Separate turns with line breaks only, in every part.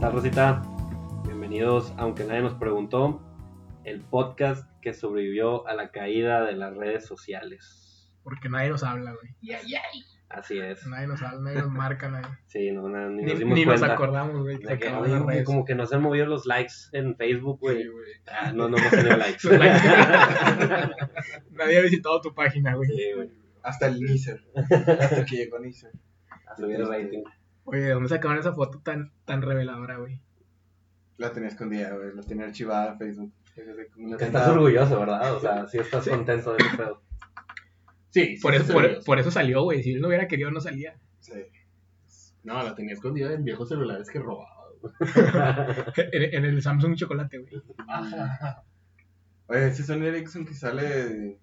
tal, Rosita? Bienvenidos, aunque nadie nos preguntó, el podcast que sobrevivió a la caída de las redes sociales.
Porque nadie nos habla, güey. Yeah, yeah.
Así es.
Nadie nos habla, nadie nos marca, nadie.
Sí, no, na- ni
Ni,
nos dimos
ni nos
cuenta.
acordamos, güey, que se
de que,
acabaron
oye,
las
güey,
redes.
como que nos han movido los likes en Facebook, güey.
Sí, güey.
Ah, no, no hemos tenido likes.
Los likes. Nadie ha visitado tu página, güey.
Sí, güey.
Hasta el Nicer. Hasta que llegó Nicer.
Subieron rating.
Oye, ¿de dónde sacaron esa foto tan, tan reveladora, güey?
La tenía escondida, güey. La tenía archivada en Facebook. Fíjate, como una
Que estás
sentada.
orgulloso, ¿verdad? O sea, sí estás contento de ese pedo.
Sí, sí,
Por
e-
sí,
eso, por,
orgulloso.
por eso salió, güey. Si él no hubiera querido, no salía.
Sí.
No, la tenía escondida en viejos celulares que robaba. güey.
En, en el Samsung Chocolate, güey.
Oye, ese Sony Ericsson que sale.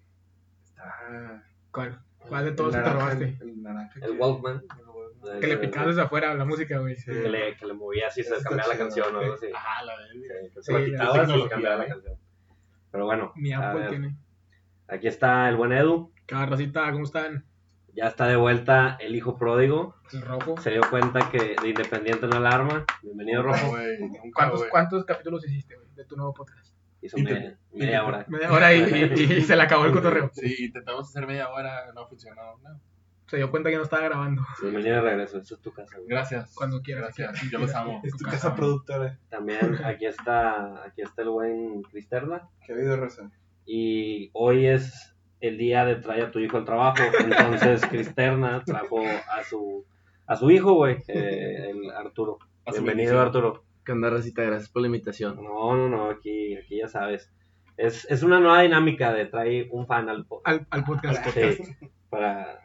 Está.
¿Cuál? ¿Cuál de todos te
naranja,
robaste?
El, el naranja.
El Walkman.
Que le picabas desde afuera la música, güey.
Sí.
Que le, que le movía así, se cambiaba la canción o algo así.
Ajá, la verdad.
Sí, que
Ah, Sí,
se la
la
quitabas y se
tecnología,
cambiaba la
¿eh?
canción. Pero bueno,
Mi
a
Apple
ver,
tiene.
aquí está el buen Edu.
Cabrosita, ¿cómo están?
Ya está de vuelta el hijo pródigo.
El rojo.
Se dio cuenta que de Independiente no alarma. Bienvenido, Rojo. Ah,
¿Cuántos, ¿Cuántos capítulos hiciste, güey, de tu nuevo podcast?
Hizo media, media hora.
Media hora y, y- y se le acabó el cotorreo.
Sí, intentamos hacer media hora, no funcionó. No.
Se dio cuenta que no estaba grabando.
Bienvenido de regreso. Esta es tu casa, güey.
Gracias.
Cuando quieras.
Gracias, yo los amo.
Es
Tu casa
güey.
productora.
También aquí está, aquí está el buen Cristerna.
Que ha habido Rosa.
Y hoy es el día de traer a tu hijo al trabajo. Entonces, Cristerna trajo a su, a su hijo, güey, eh, el Arturo.
A su
Bienvenido,
bendición.
Arturo.
¿Qué onda, Racita? Gracias por la invitación.
No, no, no, aquí, aquí ya sabes. Es, es una nueva dinámica de traer un fan al podcast.
Al, al podcast.
Sí, para,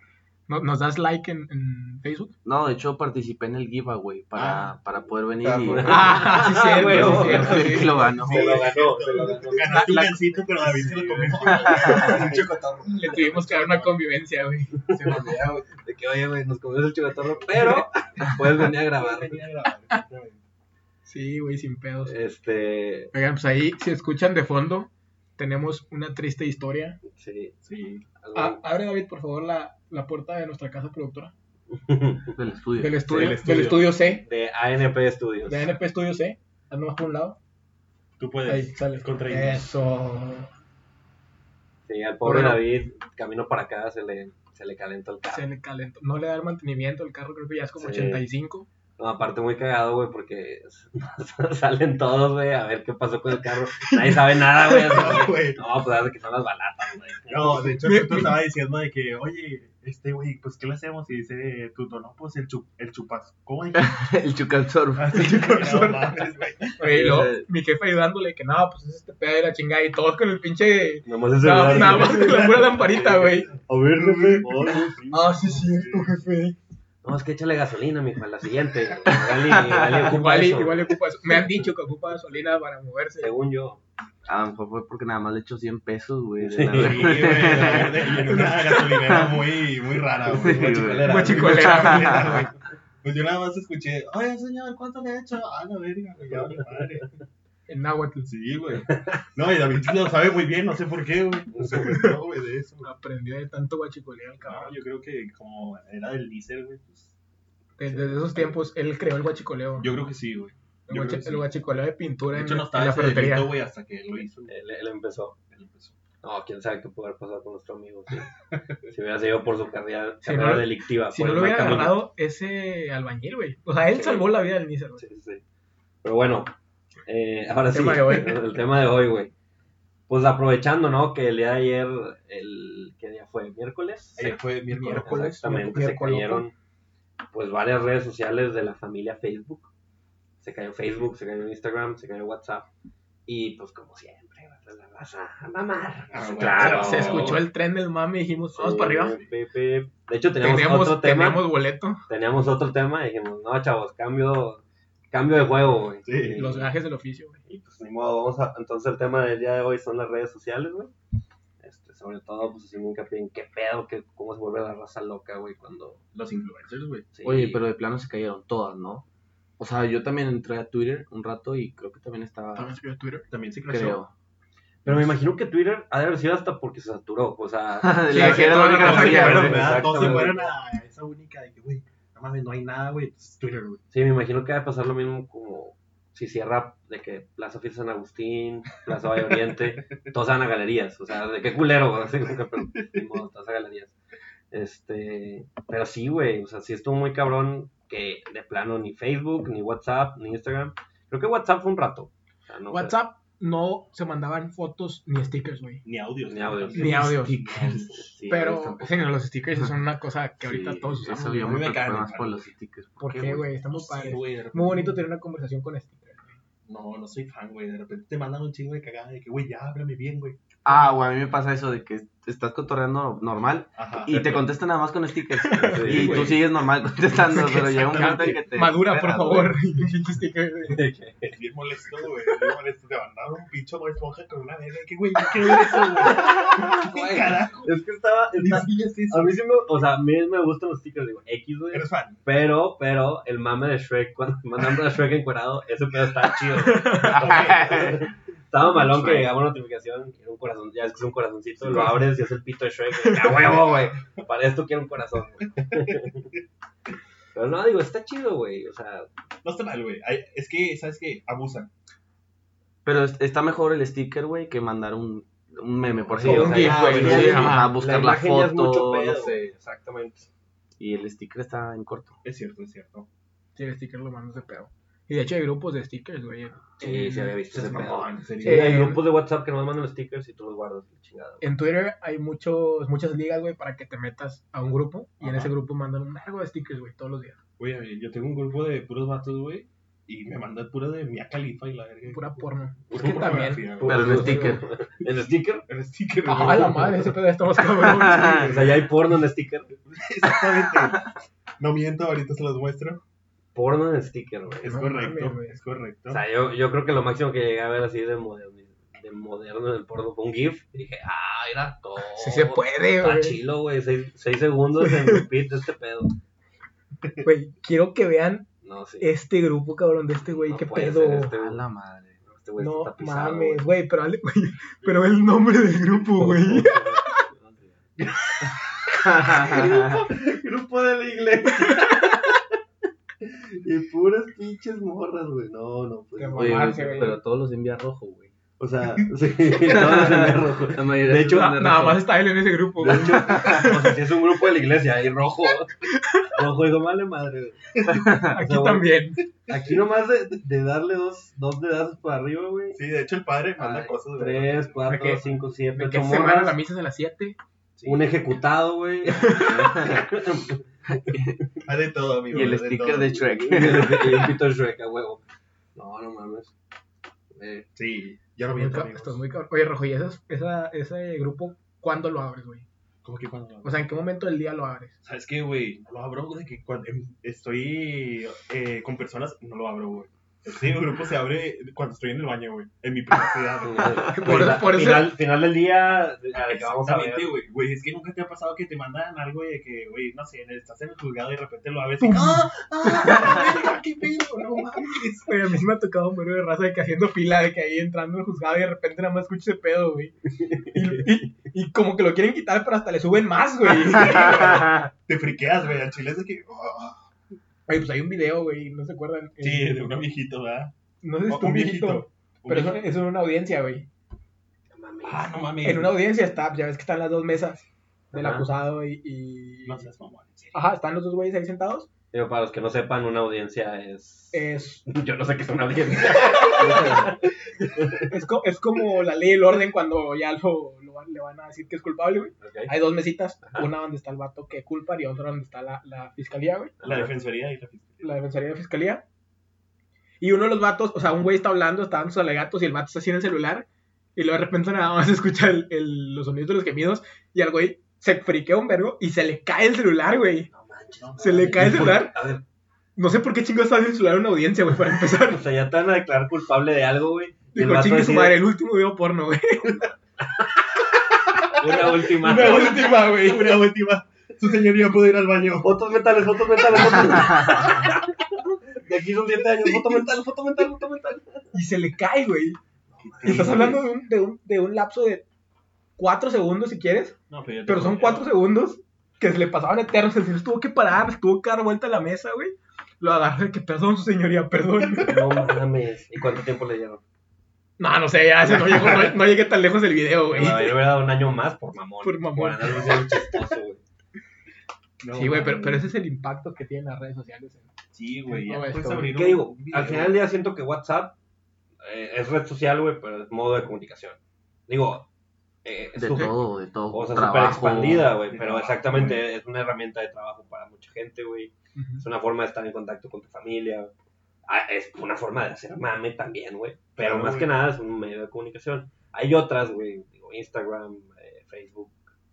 No- ¿Nos das like en, en Facebook?
No, de hecho participé en el giveaway para, para poder venir
Para
y
poder-
Ah, sí, cierto,
güey,
sí,
no.
cierto, sí.
y lo ganó.
Se lo ganó, se lo ganó.
Ganaste un gancito, pero David se lo comió.
Un chocotorro.
Le tuvimos que dar una convivencia, güey.
Se me olvidaba, güey.
De que, oye, güey, nos comimos el chocotorro, pero puedes venir a grabar.
Venía a grabar, exactamente.
Sí, güey, sin pedos.
Este,
Oigan, pues ahí, si escuchan de fondo, tenemos una triste historia.
sí.
Sí.
algo-
abre, David, por favor, la, la puerta de nuestra casa productora.
Del estudio.
Del estudio,
Del estudio.
Del estudio C.
De ANP Studios.
De ANP Estudio C. Haz nomás por un lado.
Tú
Ahí,
puedes.
sale.
Contraído.
Eso.
Sí, al pobre
Bueno.
David, camino para acá, se le, se le calentó el carro.
Se le calentó. No le da el mantenimiento. El carro creo que ya es como
Sí.
85.
No, aparte, muy cagado, güey, porque salen todos, güey, a ver qué pasó con el carro. Nadie sabe nada, güey.
No, güey.
No, pues hace que son las balatas, güey.
No, de hecho, tú estaba diciendo de que, oye, este güey, pues, ¿qué le hacemos? Y dice, Tuto, no, pues, el, chup, el chupas. ¿Cómo dije?
El Chucalzor.
Ah, sí, no mames, güey.
Oye, y luego,
Sí.
mi jefe ayudándole, que no, pues es este pedo de la chingada. Y todos con el pinche.
Nomás el
Nada,
celular,
nada
güey.
más con la pura lamparita, güey.
A ver, Rubén. oh, sí.
Ah, sí, sí, cierto, jefe.
No, es que échale gasolina, mijo, a la siguiente. Igual y- igual y ocupa
Igual, y-
eso.
igual le ocupa eso. Me han dicho que ocupa gasolina para moverse.
Según yo.
A lo mejor Ah, fue porque nada más le echó 100 pesos, güey. de
Sí.
la-
Sí, güey, la verdad, y en una gasolinera muy, muy rara, güey.
Sí,
Muy
güey.
chicolera,
Muy
güey.
chicolera, güey.
Chicolera, güey. Pues yo nada más escuché, oye señor, ¿cuánto le he hecho? Ah, la verga, güey, ya vale madre.
En Nahuatl.
Sí, güey. No, y David lo sabe muy bien, no sé por qué, güey. No sé por qué, güey, de eso. güey.
Aprendió de tanto guachicoleo el cabrón.
No, yo creo que como era del Lizer, güey, pues.
Desde esos tiempos, él creó el guachicoleo.
Yo creo que sí, güey.
el,
yo
guachi-
creo que sí.
el guachicoleo de pintura
De
en,
hecho, no
en
estaba
la
ese
ferretería.
delito, güey, hasta que lo hizo. güey.
Él, él empezó.
Él empezó.
No, quién sabe qué pudo haber pasado con nuestro amigo. sí. Si hubiera seguido por su carrera,
Si
carrera
no-
delictiva.
Si
por el
no lo
mal
hubiera
camino.
agarrado ese albañil, güey. O sea, él
Sí.
salvó la vida del Nizar, güey.
Sí, sí, sí. Pero bueno, eh, ahora sí,
tema de hoy.
el tema de hoy, güey. Pues aprovechando, ¿no? Que el día de ayer, el, ¿qué día fue? ¿Miércoles?
Ahí fue mi hermano.
miércoles,
Exactamente, se
miércoles,
cayeron pues varias redes sociales de la familia Facebook. Se cayó Facebook, se cayó Instagram, se cayó WhatsApp. Y pues como siempre, pues, la raza a mamar.
Ah, güey.
claro.
Se escuchó el tren del mami y dijimos, vamos
Sí,
para arriba.
pip, pip. De hecho, teníamos, otro
Teníamos,
tema.
teníamos boleto.
Teníamos otro tema y dijimos, no, chavos, cambio, cambio de juego, güey.
Sí.
Los gajes del oficio, güey.
Y pues ni modo, vamos a... Entonces el tema del día de hoy son las redes sociales, güey. Este, sobre todo, pues haciendo hincapié en qué pedo, que, cómo se vuelve la raza loca, güey, cuando...
Los influencers, güey.
sí.
Oye, pero de plano se cayeron todas, ¿no? O sea, yo también entré a Twitter un rato y creo que también estaba...
También subió a Twitter.
También se creció.
Creo.
Pero me imagino que Twitter ha de haber sido hasta porque se saturó, o sea...
Sí,
La
sí,
que era
toda la
la única
raza
que
que
había,
era,
güey.
¿verdad? Todos se
Exactamente.
fueron a esa única de que, güey, no mames, no hay nada, güey. Entonces, Twitter, güey.
sí, me imagino que va a pasar lo mismo como si cierra de que Plaza Fiesta San Agustín, Plaza Valle Oriente, todos se van a galerías. O sea, de qué culero, güey, así como que, pero, ni modo, todos a galerías. Este, pero sí, güey, o sea, sí estuvo muy cabrón que de plano ni Facebook, ni WhatsApp, ni Instagram. Creo que WhatsApp fue un rato. O sea, no pues. fue-
WhatsApp no se mandaban fotos ni stickers, güey.
Ni audios.
Ni audios.
Ni audios.
Sí,
Pero,
tampoco.
sí, no, los stickers son una cosa que ahorita
Sí,
todos
eso
usamos. güey.
yo me
me
preocupo
cagan,
más
güey.
por los pues stickers.
¿Por qué, güey? Está
No
muy
sé,
padre.
güey, de repente-
Muy bonito tener una conversación con stickers. güey.
No, no soy fan, güey. De repente te mandan un chingo de cagada de que, güey, ya háblame bien, güey.
Ah, güey, a mí me pasa eso de que estás cotorreando normal
Ajá.
y te contestan nada más con stickers.
Sí,
y tú
güey.
sigues normal contestando, pero llega un momento en que te.
Madura, por
esperas,
favor. Pinche sticker, güey.
Es bien molesto, güey. Bien molesto. Te mandaron un pincho Bob esponja con una verga. Que, güey, ¿qué es eso, güey? ¿Qué carajo?
Es que estaba. está-
Dices eso.
a mí sí me. O sea, a mí me gustan los stickers, digo, X, güey.
Eres fan.
Pero, pero, el mame de Shrek, cuando mandando a Shrek encuerado, ese pedo está chido. güey.
güey.
Estaba malón que
Shrek.
llegaba una notificación, que era un corazón, ya es que es un corazoncito, lo abres y es el pito de Shrek. y, ¡A huevo, güey! Para esto quiero un corazón, güey. Pero no, digo, está chido, güey. O sea,
No está mal, güey. Ay, Es que, ¿sabes qué? Abusan.
Pero es- está mejor el sticker, güey, que mandar un, un meme por sí.
O
O
un
sea,
gif,
ya,
güey,
güey,
¿no?
ya,
Sí,
ya,
ajá.
a buscar la,
imagen ya
foto.
es mucho pedo,
no sé.
güey, Exactamente.
Y el sticker está en corto.
Es cierto, es cierto.
Sí, el sticker lo mandas de pedo. Y de hecho hay grupos de stickers, güey.
Sí, sí había visto ese pedo.
Mamón, Ah, en
Sí,
serio.
hay
Eh,
grupos de WhatsApp que nomás mandan stickers y tú los guardas, la chingada. güey.
En Twitter hay muchos, muchas ligas, güey, para que te metas a un grupo. Y en
Ajá.
ese grupo mandan un largo de stickers, güey, todos los días.
Güey, a ver, yo tengo un grupo de puros vatos, güey. Y me mandan pura de Mia Califa y la verga.
Pura porno. Es
Pura
que también.
pornografía, güey.
Pero en sticker.
¿En sticker?
El sticker.
¡Ah,
güey.
la madre! Ese pedo está más cabrón.
O sea, ya hay porno en sticker.
Exactamente. No miento, ahorita se los muestro.
Porno en sticker, güey.
Es
No
correcto,
mames, güey.
es correcto.
O sea, yo, yo creo que lo máximo que llegué a ver así de moderno, de moderno en el porno fue un GIF. Y dije, ah, era todo.
Sí se puede,
Está
güey.
chilo, güey. Seis, seis segundos en repeat de este pedo.
Güey, quiero que vean
No, sí. este
este grupo, cabrón, de este güey.
No
¡Qué
puede
pedo!
ser este
A
güey.
la madre.
Este güey
no
está pisado,
mames, güey, pero, dale, güey, pero ve el nombre del grupo, güey.
Grupo de la iglesia. y puras pinches morras, güey. No, no, pues.
Qué
no.
mal.
Oye, güey,
Mamarse, güey.
pero todos los envía rojo, güey.
O sea, sí, todos en el rojo.
La mayoría
De hecho,
son
ah, Nada
rojo.
más está él en ese grupo, güey.
O sea, si es un grupo de la iglesia, ahí rojo. Rojo, digo, vale madre, güey.
Aquí
güey.
también.
Aquí nomás de, de darle dos, dos dedazos para arriba, güey.
Sí, de hecho el padre manda
Ay,
cosas de
Tres, cuatro,
De que-
cinco, siete,
De
ocho
que se van a
morras,
la misa a las 7.
Un ejecutado, güey.
Hay de todo, amigo.
Y el
hay
sticker
todo.
de
y
Shrek.
un pito Shrek, a huevo. No, no mames. Eh,
Sí, ya lo
Esto
vi
es muy ca- esto es muy cabrón. Oye, Rojo, ¿y esas- esa, ese grupo cuándo lo abres, güey?
¿Cómo que cuando?
O sea, ¿en qué momento del día lo abres?
¿Sabes qué, güey? No lo abro, güey. Que cuando em, estoy eh, con personas, no lo abro, güey. Este grupo se abre cuando estoy en el baño, güey. En mi privacidad, güey.
Por, por eso,
final, final del día, a
Ah,
la que vamos a ver.
Exactamente, güey. Güey, es que nunca te ha pasado que te mandan algo de que, güey, no sé, estás en el juzgado y de repente lo abres y.
¡Pum!
¡Ah! ¡Ah! verga, ¡Qué pedo! ¡No mames!
güey, a mí sí me ha tocado un verbo de raza de que haciendo fila, de que ahí entrando al juzgado y de repente nada más escucho ese pedo, güey. Y, y- y como que lo quieren quitar, pero hasta le suben más, güey.
Te friqueas, güey. Al chile es de que. ah.
Oye, pues hay un video, güey, no se acuerdan. eh,
Sí, de un viejito, ¿verdad?
No sé si
O-
es un viejito.
Un
Pero eso,
viejito.
eso en una audiencia, güey.
Mami.
Ah, no mames.
En una audiencia está, ya ves que están las dos mesas del
Ajá.
acusado y. y-
No seas mamón, en serio.
Ajá, están los dos güeyes ahí sentados.
Digo, para los que no sepan, una audiencia es...
Es,
Yo no sé qué es una audiencia.
es, co- es como la ley y el orden cuando ya lo, lo van- le van a decir que es culpable, güey.
Ok.
Hay dos mesitas, una donde está el vato que culpa y otra donde está la, la fiscalía, güey.
La defensoría y la fiscalía.
La defensoría de la fiscalía. Y uno de los vatos, o sea, un güey está hablando, está dando sus alegatos y el vato está así en el celular. Y luego de repente nada más escucha el- el- los sonidos de los gemidos y al güey se friquea un vergo y se le cae el celular, güey.
No manches.
Se le cae el celular.
A ver,
No sé por qué chingados está haciendo el celular en una audiencia, güey, para empezar.
o sea, ya te van a declarar culpable de algo, güey. Y el
Dijo,
vato
chingue su
decide,
madre, el último video porno, güey.
Una última.
Una última, güey.
Una última. Su señoría puede ir al baño.
Fotos mentales, fotos mentales, fotos mentales. De aquí son 7 años, foto mental, foto mental, foto mental.
Y se le cae, güey. Estás hablando de un, de un, de un lapso de cuatro segundos, si quieres.
No, pero, ya te
Pero son
conté,
cuatro
¿no?
segundos que se le pasaban eternos. El señor tuvo que parar, tuvo que dar vuelta a la mesa, güey. lo agarró de que perdón, su señoría, perdón.
No mames. ¿Y cuánto tiempo le dieron?
No, no sé, ya ese no, llegó, no, no llegué tan lejos del video,
No,
güey.
yo le hubiera dado un año más por mamón.
Por mamón.
Por andar diciendo chistoso, güey.
No,
Sí, güey, pero,
mames.
pero ese es el impacto que tienen las redes sociales. ¿eh?
Sí, güey, ya
No,
puedes
esto,
abrir
¿Qué
un
digo?
video.
Al final del día siento que WhatsApp eh, es red social, güey, pero es modo de comunicación. Digo, eh, es
De
su-
todo, de todo.
o sea, súper
trabajo.
expandida, güey,
de
pero
trabajo,
exactamente es una herramienta de trabajo para mucha gente, güey. Es
Ujú.
una forma de estar en contacto con tu familia. Ah, Es una forma de hacer mame también, güey. Pero
Claro,
más
güey.
que nada es un medio de comunicación. Hay otras, güey, digo, Instagram, eh, Facebook.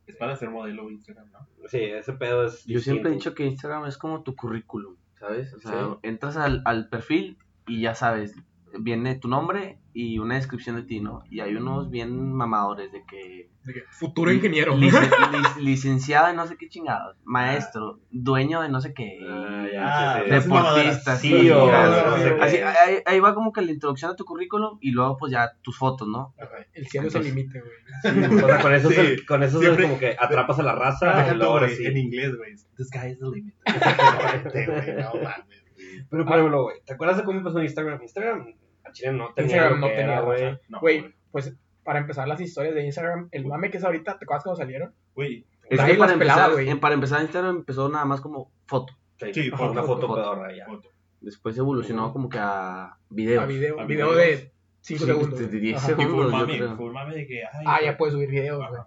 Es para ser modelo Instagram, ¿no?
Sí, ese pedo es.
Yo siempre he
distinto.
dicho que Instagram es como tu currículum, ¿sabes? O sea,
Sí.
entras al, al perfil y ya sabes, viene tu nombre y una descripción de ti, ¿no? Y hay unos bien mamadores de que...
De que, Futuro ingeniero.
Lic- lic- licenciado en no sé qué chingados, maestro, dueño de no sé qué,
Ah, ya,
Ah,
sí, sí.
esas mamadoras.
deportista,
Sí,
sí,
o-
ya,
no sé
Así,
qué.
ahí, ahí va como que la introducción a tu currículum y luego pues ya tus fotos, ¿no?
Ajá.
El cielo es el límite, güey.
O sea, con eso, es
Sí.
el- con eso es el
Siempre-
como que atrapas a la raza.
Deja
y
todo,
luego ahora
güey,
Ah, sí.
En inglés, güey. The sky is the limit. Este, güey, no mames.
Pero por ejemplo, güey, ¿te acuerdas de cómo empezó Instagram? Instagram, a Chile no tenía.
Instagram
lo
no
que era,
tenía,
güey.
o sea,
No,
Güey, pues para empezar las historias de Instagram, el mame que es ahorita, ¿te acuerdas cuando salieron?
Güey,
Es
Nadie
que para
las pelaba,
empezar,
güey.
en- para empezar Instagram empezó nada más como foto,
Sí,
Sí,
por una
foto,
foto,
foto.
pedorra ya.
foto.
después evolucionó como que a videos.
A video,
a
video
videos.
de 5
Sí,
segundos.
de- de
güey.
10
Ajá.
Y fue
Segundos,
un
yo
mame,
creo.
fue un mame de que. Ay,
Ah, ya puedes subir videos, güey.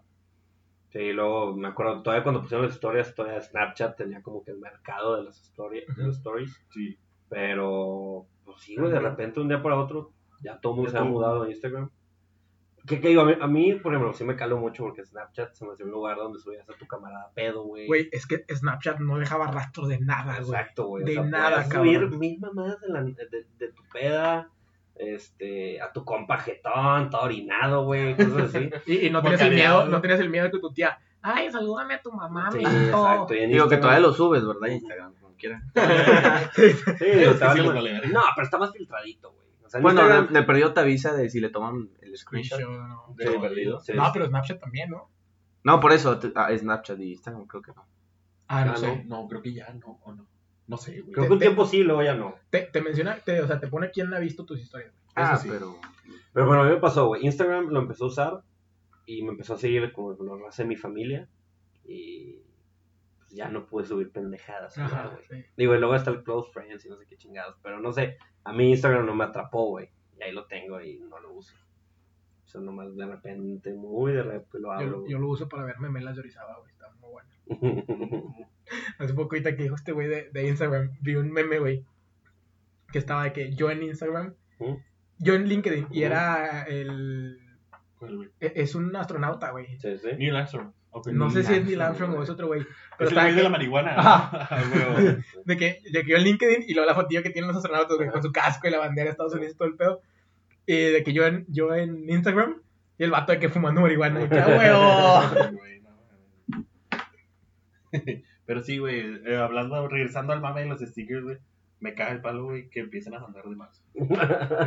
Sí, y luego me acuerdo, todavía cuando pusieron las historias, todavía Snapchat tenía como que el mercado de las historias, de las stories.
Sí.
Pero, pues sí, güey, de repente un día para otro, ya todo el mundo
Ya
se ha
todo-
mudado a Instagram. ¿Qué, qué digo? A mí, a mí, por ejemplo, sí me caló mucho porque Snapchat se me hacía un lugar donde subías a tu camarada pedo, güey.
Güey, es que Snapchat no dejaba rastro de nada, güey.
Exacto, güey.
De
podías
nada,
subir
cabrón.
mil mamadas de, la- de- de tu peda, este, a tu compa jetón, todo orinado, güey, cosas así.
Y, y no tenías el
Guacareado.
miedo, no tenías el miedo de que tu tía, ay, salúdame a tu mamá,
Sí,
mi hijo".
exacto. y en
Digo que
Instagram-
todavía lo subes, ¿verdad? Instagram, como quiera.
Sí, digo,
Es que sí
todavía
lo
lo-
tolero.
No, pero está más filtradito, güey. O sea, en
Bueno, de,
Instagram-
de perdido te avisa de si le toman el
Screenshot,
screenshot.
no.
Sí, perdido, sí.
No, pero Snapchat también, ¿no?
No, por eso, te- ah, Snapchat y Instagram, creo que no.
Ah,
Ah,
no
No,
sé.
no, creo que ya no. O no. No sé, güey.
Creo que un tiempo sí, luego ya no.
Te, te menciona, te- o sea, te pone quién ha visto tus historias.
Ah,
sí.
pero...
Pero bueno, a mí me pasó, güey. Instagram lo empezó a usar y me empezó a seguir como lo hace mi familia. Y pues, ya no pude subir pendejadas, güey.
Ajá, sí.
Digo, y luego está el Close Friends y no sé qué chingados. Pero no sé, a mí Instagram no me atrapó, güey. Y ahí lo tengo y no lo uso. O sea, nomás de repente, muy de repente lo
Yo,
hablo.
lo- yo lo uso para ver memelas de Orizaba, güey. Está muy bueno. Hace poco ahorita que dijo este güey de, de Instagram, vi un meme, güey, que estaba de que yo en Instagram,
Ujú.
yo en LinkedIn, y
Ujú.
era el...
¿Cuál, güey?
e- Es un astronauta, güey.
sí, sí.
Neil Armstrong. Ok.
No sé si es Neil Armstrong
Armstrong,
o
güey.
es otro güey.
Es
Pero
el
estaba
güey de
de,
la marihuana.
Ajá.
Ah, güey.
de que, de que yo en LinkedIn y luego la fotillo que tienen los astronautas, güey, con su casco y la bandera de Estados Unidos y todo el pedo. Y de que yo en, yo en Instagram y el vato de que fumando marihuana. Y que, "Ah, huevo".
Ay, güey, no, güey. Pero sí, güey, eh, hablando, regresando al mame de los stickers, güey, me cae el palo, güey, que empiecen a mandar de más.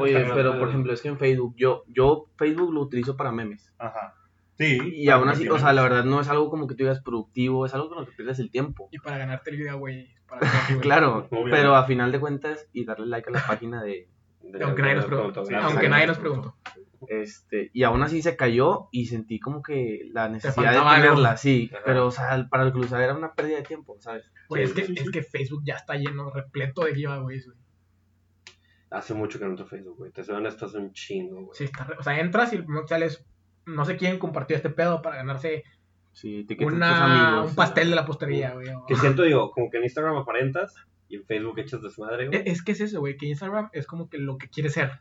Oye, pero por ejemplo, es que en Facebook, yo, yo Facebook lo utilizo para memes.
Ajá. Sí.
Y
para
aún así, o sea,
memes.
la verdad no es algo como que tú digas productivo, es algo con lo que pierdes el tiempo.
Y para ganarte el video, güey. para ganarte, güey.
Claro,
Obvio.
pero a final de cuentas y darle like a la página de
Aunque nadie nos preguntó. Aunque nadie nos preguntó.
este y aún así se cayó y sentí como que la necesidad de
faltaba algo.
tenerla, sí,
Ajá.
pero o sea, para el que lo usara era una pérdida de tiempo, ¿sabes?
Güey,
Sí,
es, que,
sí, sí.
es que Facebook ya está lleno, repleto de giveaways, güey.
Hace mucho que no entro a Facebook, güey. Te soy honesto, hace un chingo, güey.
Sí, está re- O sea, entras y lo primero que sale es, no sé quién compartió este pedo para ganarse
Sí, te
una, un pastel de la postería, güey. o-
Que siento, digo, como que en Instagram aparentas y en Facebook echas desmadre,
E-
güey.
Es que es eso, güey, que Instagram es como que lo que quieres ser.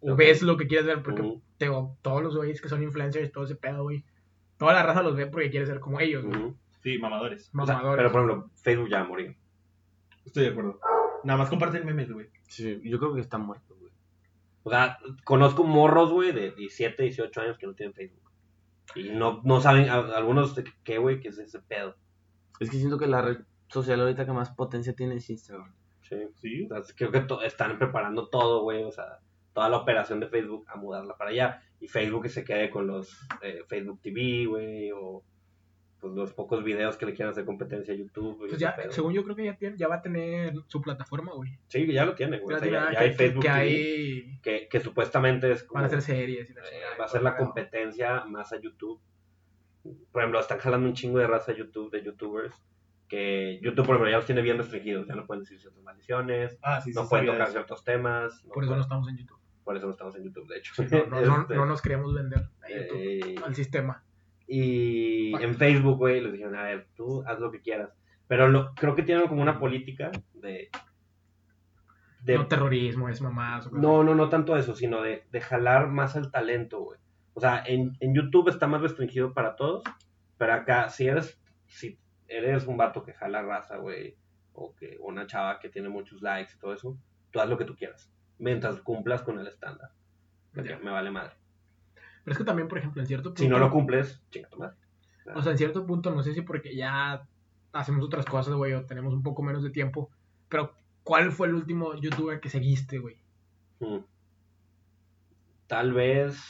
O
Ok.
ves lo que quieres ver, eh, porque
Ujú,
te digo, todos los güeyes que son influencers, todo ese pedo, güey. Toda la raza los ve porque quiere ser como ellos, güey.
ujú.
Sí, mamadores.
O sea,
Mamadores.
pero por ejemplo, Facebook ya murió.
Estoy de acuerdo. Nada más comparten memes, güey.
Sí, yo creo que está muerto, güey.
O sea, conozco morros, güey, de 17, 18 años que no tienen Facebook. Y no, no saben, a- algunos, de que- qué, güey, que es ese pedo.
Es que siento que la red social ahorita que más potencia tiene es Instagram.
Sí.
Sí.
O sea, creo que to- están preparando todo, güey, o sea, toda la operación de Facebook a mudarla para allá. Y Facebook que se quede con los eh, Facebook TV, güey, o pues, los pocos videos que le quieran hacer competencia a YouTube. y
Pues
ese
ya,
pedo.
según yo creo que ya, tiene, ya va a tener su plataforma, güey.
Sí, ya lo tiene, güey.
Ya
O sea, ya,
tiene-
ya hay Facebook
que
TV,
hay
que, que supuestamente es como,
van a hacer series. y la
eh,
chingada,
va a ser la
pero-
competencia más a YouTube. Por ejemplo, están jalando un chingo de raza a YouTube, de YouTubers, que YouTube, por ejemplo, ya los tiene bien restringidos. Ya no pueden decir ciertas maldiciones,
Ah, sí, sí.
no pueden
sabía
tocar
eso.
ciertos temas. no
Por eso no
pueden-
estamos en YouTube.
por eso no estamos en YouTube, de hecho.
No, no, no-
Este,
no nos queremos vender a YouTube,
eh,
al sistema.
Y en Facebook, güey, les dijeron, a ver, tú haz lo que quieras. Pero lo- creo que tienen como una política de... de-
Mm. No terrorismo, es mamás. o cosas
no, no, no tanto eso, sino de, de jalar más al talento, güey. O sea, en, en YouTube está más restringido para todos, pero acá, si eres, si eres un vato que jala raza, güey, o que o una chava que tiene muchos likes y todo eso, tú haz lo que tú quieras, mientras cumplas con el estándar.
así.
Porque
Ya.
Me vale madre.
Pero es que también, por ejemplo, en cierto punto.
Si no lo cumples, chinga tu madre.
O sea, en cierto punto, no sé si porque ya hacemos otras cosas, güey, o tenemos un poco menos de tiempo. Pero, ¿cuál fue el último youtuber que seguiste, güey?
Mm. Tal vez.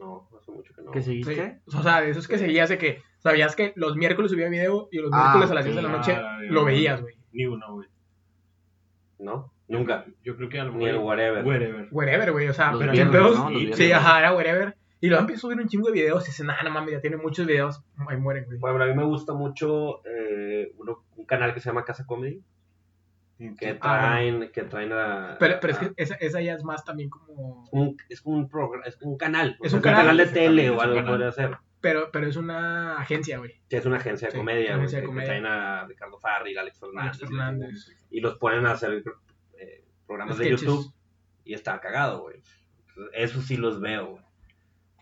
No, hace mucho que no.
¿Qué
Sí.
seguiste?
O sea, de esos que seguías de que sabías que los miércoles subía video y los
Ah,
miércoles a las
sí.
10 de la noche
Ah, ya,
lo
ya.
veías, güey.
Ni uno, güey.
No, nunca.
Yo creo que algo.
Ni el whatever.
Wherever.
Wherever, güey, o sea,
Los
pero
viernes,
pedos-
¿no? Los
y- Sí,
viernes.
ajá, era wherever. Y luego empiezo a subir un chingo de videos y dicen, nah, no mames, ya tiene muchos videos, ahí mueren, güey.
Bueno, a mí me gusta mucho eh, uno- un canal que se llama Casa Comedy. Que traen,
Ah.
que traen a.
Pero, pero es que
a-
esa, esa ya es más también como...
un- es como un, programa, es como un canal.
Es
o sea,
un canal.
de
Exactamente,
tele
es
o
un
algo
canal.
podría ser.
Pero, pero es una agencia, güey.
Que es una agencia de
Sí,
comedia.
una
güey,
agencia de
que- que
comedia.
traen a Ricardo Farri, Alex Fernández.
Alex Fernández.
Y los ponen a hacer eh, programas de
Sketches.
YouTube. y está cagado, güey. Eso sí los veo, güey.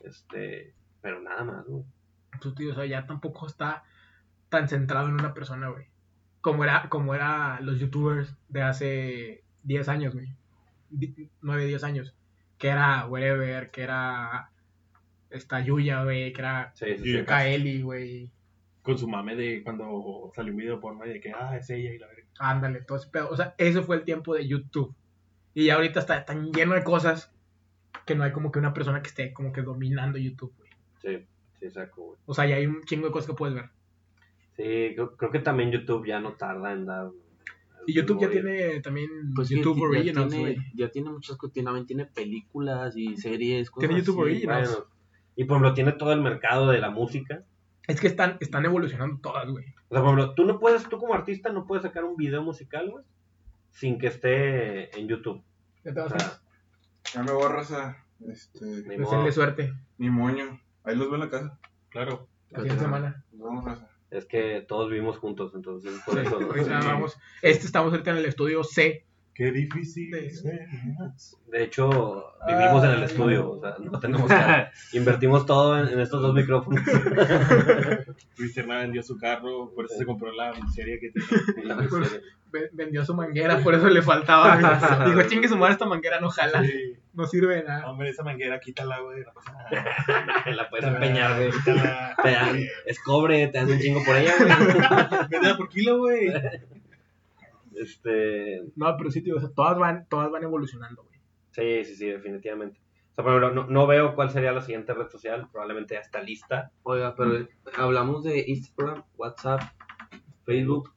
Este, pero nada más, güey.
Tú, pues, tío, o sea, ya tampoco está tan centrado en una persona, güey. Como era, como era los youtubers de hace 10 años, güey. 9, 10 años. Que era Wherever, que era esta Yuya, güey, que era
Sí, sí,
Y
sí.
acá-
Kaeli, güey.
Con su mame de cuando salió un video porno y de que, ah, es ella y la verga.
Ándale, todo ese pedo. O sea, ese fue el tiempo de YouTube. Y ya ahorita está tan lleno de cosas que no hay como que una persona que esté como que dominando YouTube, güey.
Sí, sí, saco, güey.
O sea, ya hay un chingo de cosas que puedes ver.
Sí, creo, creo que también YouTube ya no tarda en dar.
Y YouTube ya
morir.
tiene también
Pues que
YouTube
ti- ya
Originals,
tiene-
güey.
Ya tiene muchas cosas, tiene- también tiene películas y series. cosas
Tiene YouTube
así.
Originals.
Bueno, y por ejemplo, tiene todo el mercado de la música.
Es que están, están evolucionando todas, güey.
O sea, por ejemplo, tú no puedes, tú como artista, no puedes sacar un video musical, güey, sin que esté en YouTube.
Ya te
O
vas a
sea,
Ya me borras a. Este.
Ah, ni
pues,
modo.
denle suerte.
Ni moño. Ahí los veo en la casa.
Claro.
La
Pues
siguiente semana.
Nos vamos a hacer.
es que todos vivimos juntos, entonces por
Sí,
eso.
ahorita
Sí.
vamos. Este estamos ahorita en el estudio C.
Qué difícil.
Sí.
es ver.
De hecho, vivimos en el
Ay.
estudio, o sea, no tenemos casa. Invertimos todo en, en estos dos micrófonos.
Luis Cerna vendió su carro, por eso se compró la miseria que tiene.
Ve- Vendió su manguera, por eso le faltaba. Digo, chingue su madre, esta manguera no jala.
Sí.
No sirve de nada.
Hombre, esa manguera, quítala, güey. No pasa nada.
la puedes
Ah,
empeñar, güey.
Quítala.
Te dan- es cobre, te dan un chingo por ella, güey.
Vendela por kilo, güey.
Este,
No, pero sí, tío, o sea, todas van, todas van evolucionando, güey.
sí, sí, sí, definitivamente. O sea, por ejemplo, no, no veo cuál sería la siguiente red social, probablemente ya está lista.
Oiga, pero hablamos de Instagram, WhatsApp, Facebook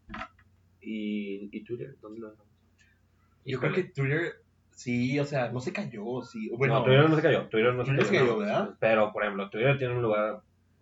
y, y Twitter. ¿Dónde lo dejamos?
Yo creo que Twitter, sí, o sea, no se cayó, sí. Bueno,
No, Twitter no se cayó, Twitter no se
Twitter se cayó,
cayó.
¿verdad?
Pero, por ejemplo, Twitter tiene un lugar,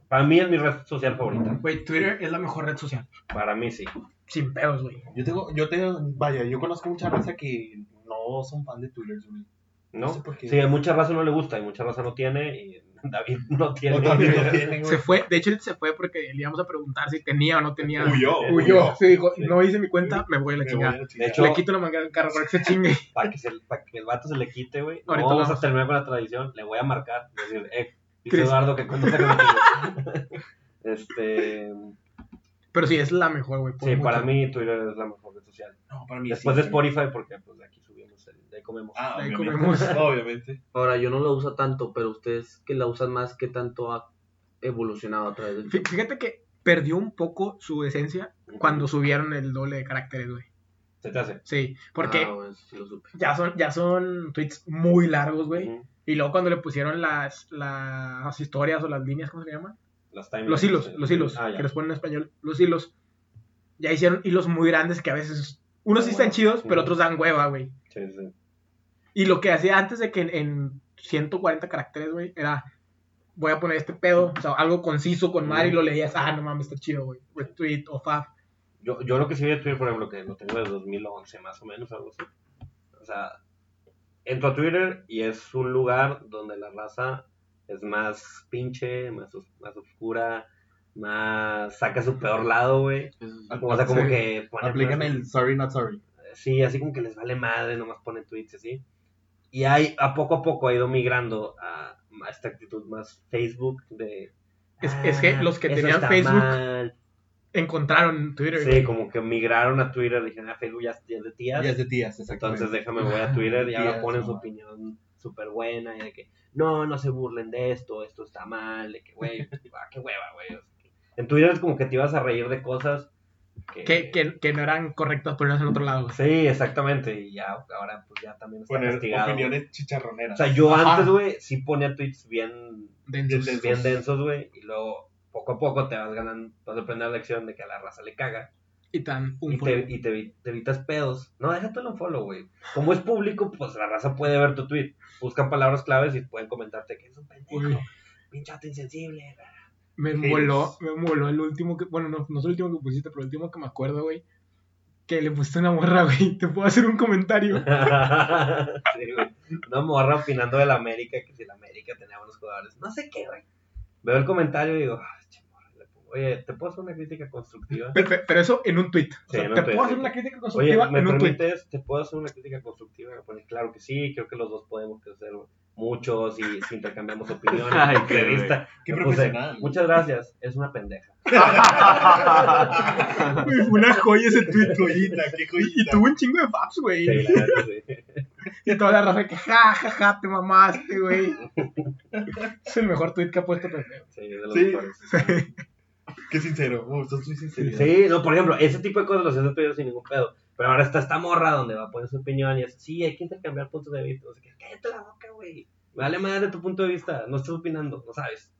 para mí es mi red social favorita,
Güey, Twitter es la mejor red social.
para mí sí.
Sin pedos, güey.
Yo tengo, yo tengo, vaya, yo conozco mucha raza que no son fan de Twitter, güey.
¿No?
No sé por qué.
Sí, a mucha raza no le gusta y mucha raza no tiene y David no tiene.
O también lo tienen,
Se
güey.
fue, de hecho, él se fue porque le íbamos a preguntar si tenía o no tenía.
Huyó.
Huyó. Sí, dijo,
Sí.
no hice mi cuenta, me voy a la
Me voy a
chingada.
la chingada.
hecho,
Le quito la manguera del carro para que se chingue.
para que, se, para que el vato se le quite, güey. No,
Ahorita
vamos a
vamos.
terminar con la tradición. Le voy a marcar. y Decir, eh, dice
Chris.
Eduardo que cuenta contigo. este.
Pero sí, es la mejor, güey. por
Sí,
Pues mucho.
para mí Twitter es la mejor red social.
no, para mí
Después
sí,
de
güey.
Spotify, porque pues de aquí subimos, el- de ahí comemos.
Ah,
Ahí
obviamente.
comemos.
Obviamente.
Ahora, yo no la uso tanto, pero ustedes que la usan más, ¿qué tanto ha evolucionado a través del
Fí- Fíjate que perdió un poco su esencia cuando subieron el doble de caracteres, güey.
Se te hace.
Sí, porque
Ah, bueno, eso sí lo supe.
ya, son, ya son tweets muy largos, güey.
Ujú.
Y luego cuando le pusieron las, las historias o las líneas, ¿cómo se llaman?
Las timelines.
Los hilos, los hilos,
Ah, ya.
que les ponen en español, los hilos. Ya hicieron hilos muy grandes que a veces unos sí están
Bueno,
chidos, pero
ujú.
otros dan hueva, güey.
Sí, sí.
Y lo que hacía antes de que en, en 140 caracteres, güey, era voy a poner este pedo, o sea, algo conciso con Mario y lo leías, ah, no mames, está chido, güey. Retweet o fab.
Yo, yo lo que sí voy a Twitter, por ejemplo, que lo tengo desde 2011 más o menos, algo así. O sea, entro a Twitter y es un lugar donde la raza es más pinche, más, os- más oscura, más saca su peor lado, güey. O sea, Ah, como
Sí.
que pone- eh,
Aplican el sorry, not sorry.
Sí, así como que les vale madre, nomás ponen tweets y así. Y hay, a poco a poco ha ido migrando a, a esta actitud más Facebook de... "Ah,
Es- es que los que
eso
tenían
está
Facebook-
mal.
Encontraron Twitter, güey.
Sí, como que migraron a Twitter, dijeron, ah, Facebook ya, ya es de tías.
Ya es de tías, exactamente.
Entonces déjame voy a Twitter y ahora
Tías,
ponen su
mamá.
opinión súper buena y de que no, no se burlen de esto, esto está mal, de que güey, ah, qué hueva, güey. En Twitter es como que te ibas a reír de cosas que,
que, que, que no eran correctas ponerlas en otro lado, güey.
Sí, exactamente, y ya ahora pues ya también está
Poner
castigado.
opiniones
O
chicharroneras.
sea, yo
Ajá.
antes, güey, sí ponía tweets bien,
Densos.
Densos.
bien densos, güey, y luego poco a poco te vas ganando, vas aprendiendo la lección de que a la raza le caga.
Y tan un
y te, y te evi- te evitas pedos. No, déjatelo en follow, güey. Como es público, pues la raza puede ver tu tweet. Buscan palabras claves y pueden comentarte que es un
Uy.
pendejo, pinchato insensible.
Me
Haters.
moló, me moló el último que, bueno, no, no es el último que pusiste, pero el último que me acuerdo, güey. Que le pusiste una morra, güey. Te puedo hacer un comentario.
Sí, güey. Una morra opinando de la América, que si la América tenía buenos jugadores. No sé qué, güey. Veo el comentario y digo, "Ay, che, morra", le pongo, oye, ¿te puedo hacer una crítica constructiva?
Pero, pero eso en un tweet. O
Sí,
sea,
en un
te
tweet,
puedo hacer
sí.
una crítica
Oye,
constructiva
¿me
en un tweet.
permites? ¿Te puedo hacer una crítica constructiva? Pues, claro que sí, creo que los dos podemos crecer muchos y si intercambiamos opiniones.
Ay,
puntos de
qué güey.
vista.
Qué
Le puse,
profesional.
Muchas gracias, es una pendeja.
Güey, fue una joya ese tweet, güey.
joyita,
Y,
qué
y
joyita.
tuvo un chingo de faps,
Sí,
güey.
la verdad que sí.
Y toda la raza que, ja, ja, ja, te mamaste, güey. es el mejor tweet que ha puesto Pepe.
Sí, es de los
Sí.
mejores.
Qué sincero. Oh, sos muy sincero.
Sí, no, por ejemplo, ese tipo de cosas los haces sin ningún pedo. Pero ahora está esta morra donde va a poner su opinión y es, sí, hay que intercambiar puntos de vista. O sea, que, cállate la boca, güey. Vale madre tu punto de vista, no estás opinando, no sabes.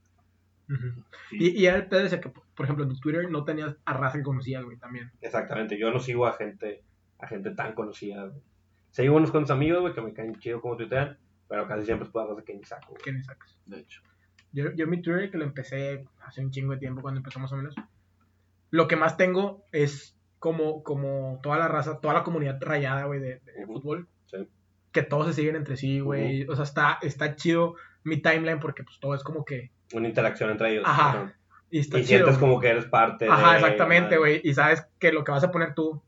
Ujú. Y, y era el pedo ese que, por ejemplo, en tu Twitter no tenías a raza que conocías, güey, también.
Exactamente, yo no sigo a gente, a gente tan conocida. güey. Sigo unos cuantos amigos, güey, que me caen chido como tuitean, pero casi siempre es por la raza que ni saco, güey.
Que ni sacas.
De hecho.
Yo, yo mi Twitter, que lo empecé hace un chingo de tiempo, cuando empezó más o menos, lo que más tengo es como, como toda la raza, toda la comunidad rayada, güey, de, de
Ujú.
fútbol.
Sí.
Que todos se siguen entre sí, güey. O sea, está, está chido mi timeline porque pues todo es como que...
Una interacción entre ellos.
Ajá.
¿no?
Y
Y
está chido.
sientes como que eres parte
Ajá,
de- ah.
exactamente, güey. Y sabes que lo que vas a poner tú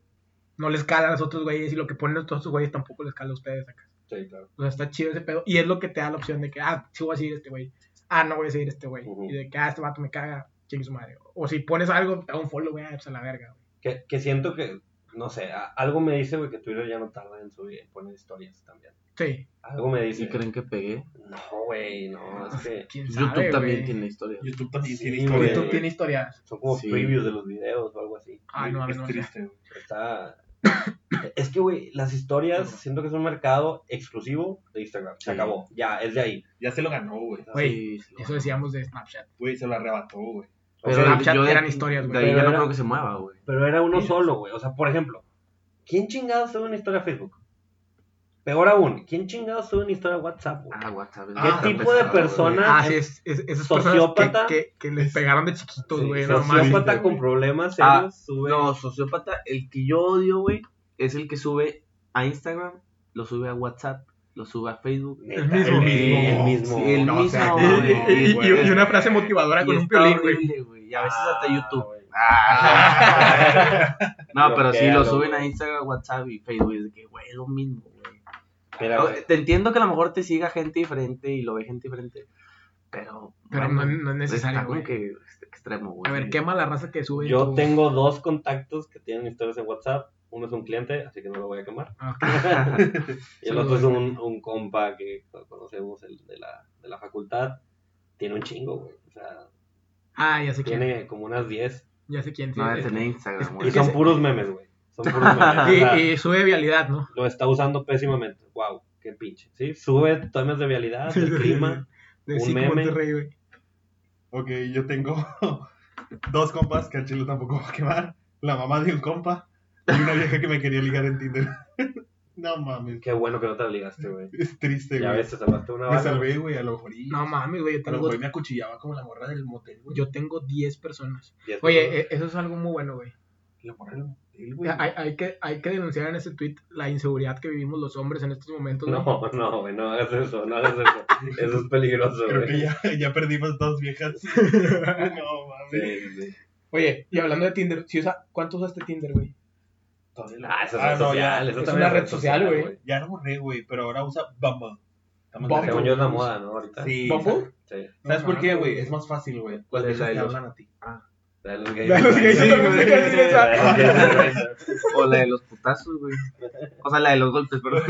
no les cala a los otros güeyes y lo que ponen todos esos güeyes tampoco les cala a ustedes acá.
Sí, claro.
O sea, está chido ese pedo. Y es lo que te da la opción de que, ah, sí voy a seguir a este güey. Ah, no voy a seguir a este güey.
Ujú.
Y de que, ah, este vato me caga, chingue su madre. O si pones algo, te da un follow, güey, ah, pues a la verga. güey.
Que, que siento que, no sé, a- algo me dice, güey, que Twitter ya no tarda en subir, en poner historias también.
Sí,
Algo me dice.
¿Y creen que pegué?
No, güey, no, es que
Ah, quién sabe,
YouTube también
güey.
tiene historia.
YouTube también
Sí,
tiene
güey.
historia.
YouTube
güey.
tiene historias.
son como
Sí.
previews de los videos o algo así.
Ah, no, a ver,
es
no. sé.
triste, güey.
Está... es que, güey, las historias siento que es un mercado exclusivo de Instagram. Se
Sí.
acabó, ya, es de ahí.
Ya se lo ganó, güey.
Güey,
Sí, sí, lo-
Eso decíamos de Snapchat.
Güey, se lo arrebató, güey.
Pero
Snapchat
yo de-
eran historias,
De
güey.
ahí
Pero
ya no
era-
creo que se mueva, güey.
Pero era uno
Sí.
solo, güey. O sea, por ejemplo, ¿quién chingados sube una historia a Facebook? Peor aún, ¿quién chingados sube una historia a WhatsApp, güey?
Ah, WhatsApp.
¿Qué
tipo de persona-
Ah, sí, es, es, esas personas que,
Sociópata.
que, que les pegaron de chiquitos,
Sí,
pues, güey. no mames.
sociópata
mames.
con problemas
Ah,
serios sube.
No, sociópata, el que yo odio, güey, es el que sube a Instagram, lo sube a WhatsApp, lo sube a Facebook.
Neta,
El mismo.
güey, el
No,
mismo.
sí, el
No, o sea,
mismo,
no,
güey.
no,
Y, y-
güey.
y una frase motivadora
Y
con un
está
piolín, güey.
horrible, güey, Y a veces hasta
Ah,
YouTube. Ah.
güey.
no, pero sí, lo
bloquealo,
suben
güey.
a Instagram, WhatsApp y Facebook. y Es de que, güey, es lo mismo, güey.
Mira, güey,
Te entiendo que a lo mejor te siga gente diferente y lo ve gente diferente, pero.
Pero
bueno, pues,
no, no es
Está
necesario,
como
güey.
que este, extremo, güey.
A ver, quema la raza que sube.
yo
tú.
tengo dos contactos que tienen historias en WhatsApp. Uno es un cliente, así que no lo voy a quemar.
Ah, ok.
Y el otro es un, un compa que conocemos el de, la, de la facultad. Tiene un chingo, güey. O sea,
Ah, ya sé quién.
tiene como unas 10.
Ya sé quién. sí,
No,
sí.
es en Instagram,
Y
güey.
son puros memes, güey. Son puros memes. O sea,
Y, y sube vialidad, ¿no?
Lo está usando pésimamente. Wow, qué pinche. ¿sí? Sube temas de vialidad, del clima.
De
Un
sí,
meme.
Monterrey, güey.
Ok, yo tengo dos compas que al chile tampoco va a quemar. La mamá de un compa y una vieja que me quería ligar en Tinder. no mames.
Qué bueno que no te la ligaste, güey.
Es triste,
Ya
güey.
ves, te salvaste una
Me
bala.
salvé, güey, a lo mejor. y-
No mames, güey, yo
a lo
tengo,
mejor y me acuchillaba como la morra del motel, güey.
yo tengo 10 personas.
Diez
Oye,
personas.
eh, eso es algo muy bueno, güey.
La morra del motel, güey.
Hay, hay que, hay que denunciar en ese tweet la inseguridad que vivimos los hombres en estos momentos. güey.
No, no, güey, no hagas eso, no hagas eso. Eso es peligroso,
Creo que
güey.
ya, ya perdimos dos viejas. no mames.
Sí, sí.
Oye, y hablando de Tinder, si usa, ¿cuánto usaste Tinder, güey?
Todavía la-
Ah, eso es
Ah,
red
no,
social.
ya.
eso
es
también
una red social, güey.
Ya lo borré, güey, pero ahora usa Bumble. Está más
Bumble.
verga,
Según
güey.
yo es la moda, ¿no? Ahorita.
Sí.
¿Bumble?
Sí.
¿Sabes
No
por qué,
mames,
güey?
güey.
Es más fácil, güey.
¿Cuál
Las
es la de
viejas
los-
te hablan a ti.
La de los
La de los gays,
Sí,
yo también
güey.
sé cuál es esa.
La de los gays, güey.
O la de los putazos, güey. O sea, la de los golpes, perdón.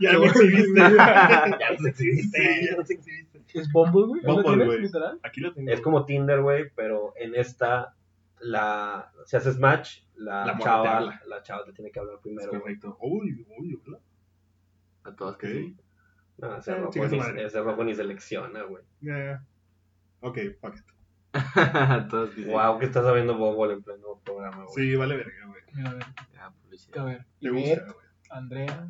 Ya lo exhibiste.
Ya los exhibiste.
ya los exhibiste.
¿Es Bumble, güey? ¿Ahí lo
Bumble,
tienes,
güey.
literal?
Aquí lo tengo.
Es como Tinder, güey, pero en esta, la, si haces match, la,
La morra te
chava,
habla.
la chava te tiene que hablar
Es
primero. güey.
Perfecto. Uy, uy, hola.
A todos que
Ok.
sí.
No, ese
Eh,
rojo,
chinga su
ni,
madre.
ese rojo ni selecciona, güey.
Ya, ya. Ok, fuck it.
A todos que sí.
Wow, que estás sabiendo Bobol en pleno programa, güey.
Sí, vale verga, güey.
Mira, a ver,
Ya, publicidad.
a ver.
Te
Ivette,
gusta, güey.
Andrea,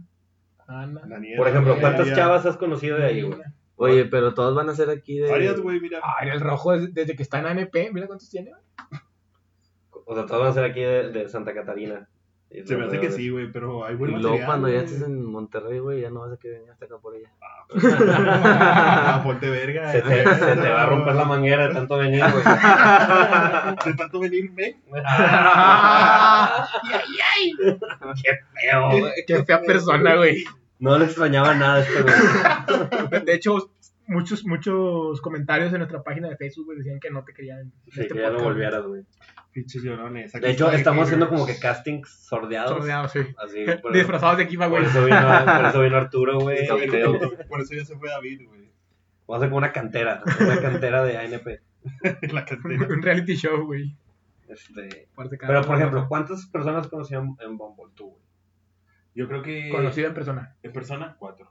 Ana.
Daniela,
Por ejemplo,
Daniela.
¿cuántas chavas has conocido de ahí, güey?
Oye, pero todos van a ser aquí de.
Varias, güey, mira.
Ay, el rojo es- desde que está en ANP, mira cuántos tiene. güey.
O sea, todos van a ser aquí de, de Santa Catarina. Y
Se me hace que
alrededores.
sí, güey, pero hay
Y
buen
luego
material,
cuando ya
güey.
estés en Monterrey, güey, ya no vas a querer venir hasta acá por allá.
Ah, ponte verga.
Se te, se te va a romper la manguera de tanto venir, güey.
De tanto venirme.
Ah,
Feo, güey.
Qué fea persona, güey.
No le extrañaba nada a este, güey.
De de hecho, muchos, muchos comentarios en nuestra página de Facebook güey, decían que no te querían. en
Sí,
este
que ya no
podcast.
volvieras, güey.
Pinches llorones. Aquí
De hecho,
está el
estamos
hater.
haciendo como que castings sordeados.
Sordeados, sí.
Así, por,
Disfrazados de equipa,
por
güey.
eso vino, por eso vino Arturo, güey.
Está bien,
Teo.
tonto. Por eso ya se fue David, güey.
Vamos a hacer como una cantera, una cantera de ANP.
La
Un
cantera.
un reality show, güey.
Este,
Aparte, cada
pero,
uno
por ejemplo, ¿cuántas personas conocían en Bumble tú, güey?
Yo creo que.
Eh, conocido en persona.
En persona, cuatro.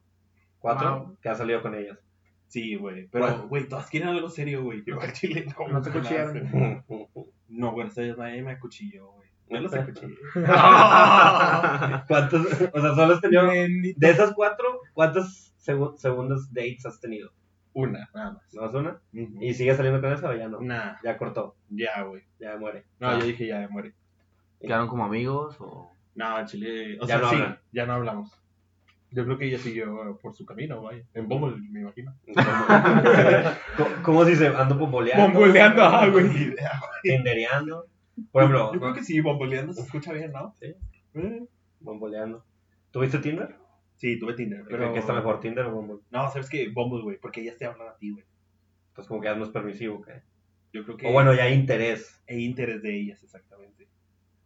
¿Cuatro?
Wow.
Que has salido con ellas.
Sí, güey.
Bueno.
Pero, güey, todas quieren algo serio, güey. Yo al chile no.
No te
nada,
cuchillaron.
güey. No, güey, esa nadie me acuchilló, güey. No los acuchillé.
¿Cuántos? O sea, solo has tenido.
Bendito.
De esas cuatro, ¿cuántas segu- segundas dates has tenido?
Una, nada más.
¿No más una?
Ujú.
¿Y sigues saliendo con esa o ya no?
Nah,
Ya cortó,
ya, güey.
ya muere.
No,
Ah.
yo dije ya, muere.
¿Quedaron como amigos o.?
No, al chile. O
Ya
sea,
no
sí,
hablan.
ya no hablamos. Yo creo que ella siguió eh, por su camino, güey. En Bumble, me imagino.
¿Cómo, cómo se dice? Ando bomboleando.
Bomboleando, ah, güey.
Ni idea.
Tendereando. Por ejemplo,
Yo creo que sí, bomboleando se escucha bien, ¿no?
Sí.
Eh,
bomboleando. ¿Tuviste Tinder?
Sí, tuve Tinder,
Pero...
pero...
¿Qué está mejor, Tinder o Bumble?
No, ¿sabes qué? Bumble, güey, porque ellas te hablan a ti, güey.
Entonces pues como que ya es más permisivo. ¿qué?
Yo creo que...
O bueno, ya hay interés.
e interés de ellas, exactamente.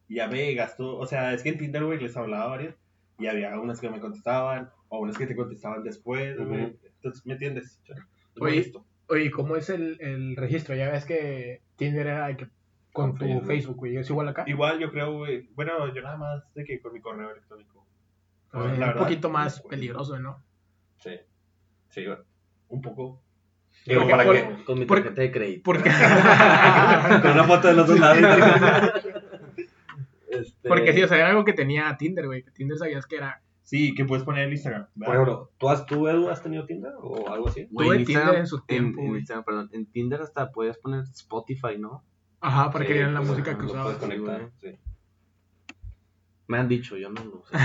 Y ya me gastó, o sea, es que en Tinder, güey, les hablaba a varias y había unas que me contestaban o unas que te contestaban después, güey.
Ujú.
Entonces, ¿me entiendes?
Oye.
Molesto.
Oye, ¿cómo es el, el registro? Ya ves que Tinder era de que con tu
Facebook.
Facebook, güey. Es igual acá.
Igual yo creo, güey, bueno, yo nada más de que con mi correo electrónico.
O
la
sea, un
verdad,
poquito más
güey.
peligroso, ¿no?
Sí. Sí, güey.
Un poco.
Digo,
Porque
para
por-
que...
Con mi
Por-
tarjeta de crédito.
Porque,
Con una foto de los dos lados. Este,
porque sí, o sea, era algo que tenía Tinder, güey. que Tinder sabías que era.
Sí, que puedes poner en Instagram.
Por
¿verdad?
ejemplo, ¿tú has, tú, Edu, has tenido Tinder o algo así?
Güey,
Tuve Tinder en su tiempo,
En,
güey.
Instagram, perdón. En Tinder hasta podías poner Spotify, ¿no?
Ajá, para que
Sí,
vieran la
pues,
música que
lo
usabas.
puedes conectar, sí.
Me han dicho, yo no lo usé.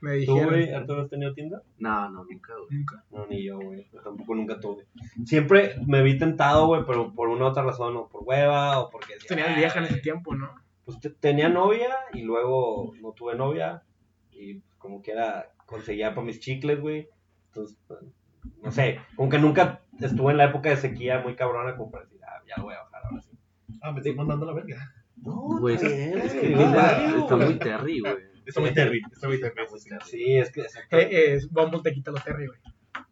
Me
¿Tú,
dijeron.
güey, Arturo, has tenido Tinder?
No, no, nunca, güey.
Nunca.
No, ni yo, güey. Yo Tampoco nunca tuve. Siempre me vi tentado, güey, pero por una u otra razón, o por hueva, o porque... decía,
Tenías
"Ah,
vieja en ese
güey".
tiempo, ¿no?
Pues te- tenía novia y luego no tuve novia y pues, como que era, conseguía para mis chicles, güey. Entonces, pues, no sé, como que nunca estuve en la época de sequía muy cabrona como para decir, ah, ya lo voy a bajar ahora sí.
Ah, me estoy mandando la verga.
No,
Güey,
está bien,
es que
güey,
Tinder
válido,
está
güey.
muy terry, güey.
Estoy muy Terry, estoy muy Terry. sí.
Sí, es que... exactamente.
Eh, es Bumble te quita los Terry, güey. Un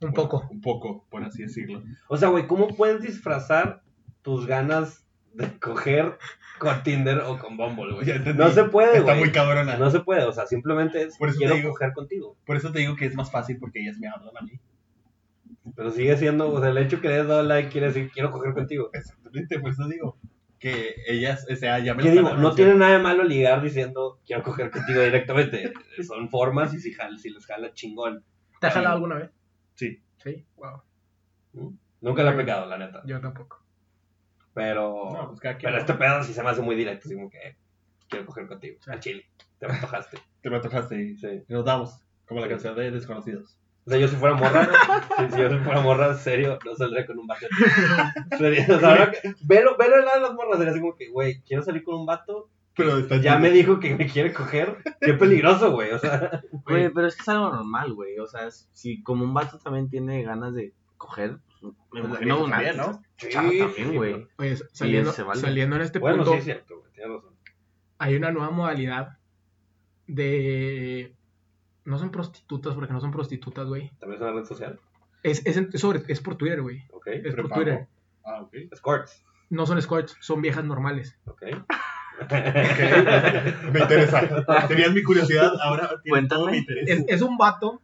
Bueno,
poco.
Un poco, por así decirlo.
O sea, güey, ¿cómo puedes disfrazar tus ganas de coger con Tinder o con Bumble, güey?
Ya entendí.
No se puede,
Está
güey.
muy cabrona.
No se puede, o sea, simplemente es
Por eso te
quiero
digo.
coger contigo.
Por eso te digo que es más fácil porque ellas me hablan a mí.
Pero sigue siendo, o sea, el hecho que le hayas dado like quiere decir, quiero coger contigo.
Exactamente, por eso digo. Que ellas, o sea, ya me
¿Qué
lo
digo?
están
No
anunciando.
tiene nada de malo ligar diciendo, quiero coger contigo directamente. Son formas y si, jala- si les jala, chingón.
¿Te has jalado alguna vez?
Sí.
Sí, wow.
Nunca lo he aplicado, la neta.
Yo tampoco.
Pero,
No, pues cada quien.
pero este pedo sí se me hace muy directo. Así como que, quiero coger contigo. Al chile. Te me antojaste.
Te me antojaste y
Sí.
nos damos. Como la
Sí.
canción de Desconocidos.
O sea, yo si fuera morra, si, si yo si fuera morra, en serio, no saldría con un vato. Sería, o sea, ahora que- velo, velo el lado de las morras, sería así como que, güey, quiero salir con un vato,
Pero está
ya
chido.
me dijo que me quiere coger, qué peligroso, güey, o sea,
Güey, pero es que es algo normal, güey. O sea, es- si como un vato también tiene ganas de coger, pues, me
Pues las
imagino
viejas
una
también, ¿no?
chava también,
sí,
güey.
Oye, saliendo,
se vale.
saliendo en este
Bueno,
punto,
sí es cierto, güey, tienes razón.
hay una nueva modalidad de... No son prostitutas, porque no son prostitutas, güey.
También es una red social,
Es, es, en- es sobre- es por Twitter, güey.
ok.
Es por
Prepago.
Twitter.
Ah, ok.
Escorts,
No son escorts, son viejas normales.
ok.
Ok, Me interesa. Tenías mi curiosidad, ahora tienes todo
Cuéntame.
mi interés.
Es, es un vato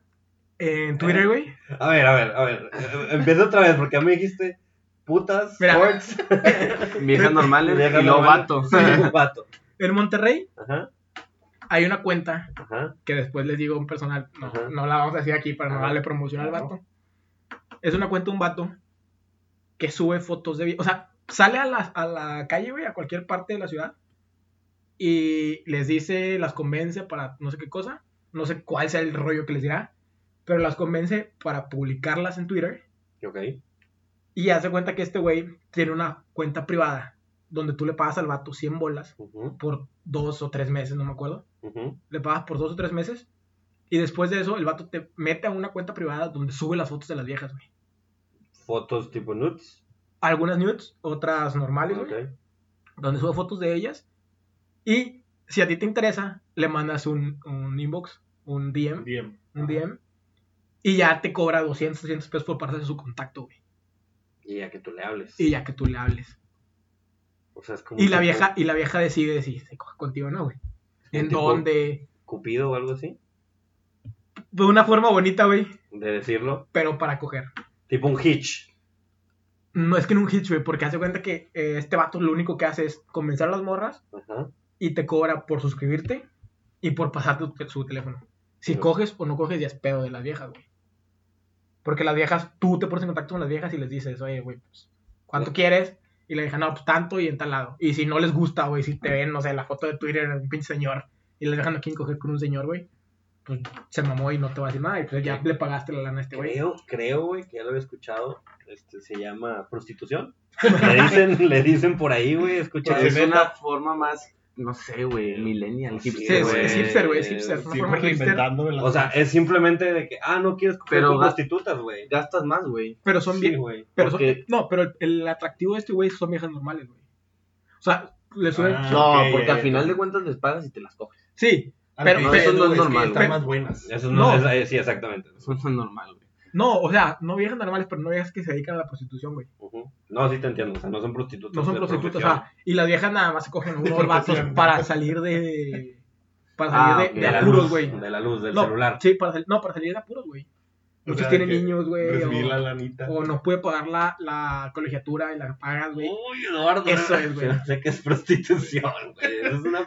en Twitter, güey.
A ver, a ver, a ver, eh, empieza otra vez, porque a mí dijiste putas,
Mira.
escorts,
Viejas normales
viejas
y luego
normales,
vatos.
y un vato.
En Monterrey
Ajá,
hay una cuenta
ajá,
que después les digo un personal, no,
Ajá.
no la vamos a decir aquí para no
Ajá.
darle promoción al
Claro.
vato. Es una cuenta de un vato que sube fotos de... vi- O sea, sale a la, a la calle, güey, a cualquier parte de la ciudad y les dice, las convence para no sé qué cosa, no sé cuál sea el rollo que les dirá, pero las convence para publicarlas en Twitter
ok.
y hace cuenta que este güey tiene una cuenta privada donde tú le pagas al vato 100 bolas
ujú,
por dos o tres meses, no me acuerdo
ujú,
le pagas por dos o tres meses. Y después de eso, el vato te mete a una cuenta privada donde sube las fotos de las viejas, güey.
Fotos tipo nudes,
Algunas nudes, otras normales, güey.
ok.
Donde sube fotos de ellas. Y si a ti te interesa, le mandas un, un inbox, un DM,
Bien.
un DM. Y ya te cobra 200, 300 pesos por parte de su contacto, güey.
Y a que tú le hables.
Y ya que tú le hables.
O sea, es como
Y la
tipo
vieja, y la vieja decide si se coge contigo o no, güey. En
tipo-
donde...
Cupido o algo así,
De una forma bonita, güey.
de decirlo.
Pero para coger.
Tipo un hitch.
No es que en un hitch, güey, porque hace cuenta que eh, este vato lo único que hace es convencer a las morras
Ajá.
y te cobra por suscribirte y por pasar tu- su teléfono. Si
Sí.
coges o no coges, ya es pedo de las viejas, güey. Porque las viejas, tú te pones en contacto con las viejas y les dices, oye, güey, pues, ¿cuánto
Sí.
quieres? Y le dejan, no, pues tanto y en tal lado. Y si no les gusta, güey, si te ven, no sé, la foto de Twitter de un pinche señor y les dejan aquí coger con un señor, güey, pues se mamó y no te va a decir nada. Y pues ya le pagaste la lana a este güey.
Creo, creo, güey, que ya lo había escuchado. Este, se llama prostitución. Le dicen, le dicen por ahí, güey, escucha.
Es
eso.
una forma más, no sé, güey, millennial,
Sí,
hipster,
sí,
güey.
es hipster, güey, es hipster. Una
Sigo
forma hipster.
reinventando las
O sea, es simplemente de que, ah, no quieres coger
Pero
con
va-
prostitutas, güey.
Gastas más, güey.
Pero son
Sí,
bien,
güey.
Pero son-
Porque-
no, pero el, el atractivo de este güey son viejas normales, güey. O sea, le suben.
Ah,
No,
ok,
porque
ya,
al
ya.
final de cuentas les pagas y te las coges.
Sí,
Ah,
pero-
ok,
pero
eso no es
güey, que
normal,
Están
güey.
más buenas.
Eso no,
No.
es- eh, sí, exactamente.
Eso no es normal, güey.
no, o sea, no viejas normales, pero no viejas que se dedican a la prostitución, güey.
Ujú. No, sí te entiendo. O sea, no son prostitutas.
No son
de
prostitutas, ah, o
profesión.
sea, y las viejas nada más se cogen a unos
Por
vatos
pasión.
para salir de. Para salir
Ah, ok.
de, de
de la
apuros,
luz,
güey.
De la luz, del
No,
celular.
Sí, para sal- no, para salir de apuros, güey.
O
Muchos
sea,
tienen
que
niños, güey.
Recibí
O,
la lanita.
o no puede pagar la, la colegiatura y la pagas, güey.
Uy, Eduardo.
Eso es, güey.
Sé que es prostitución, güey. Eso Es una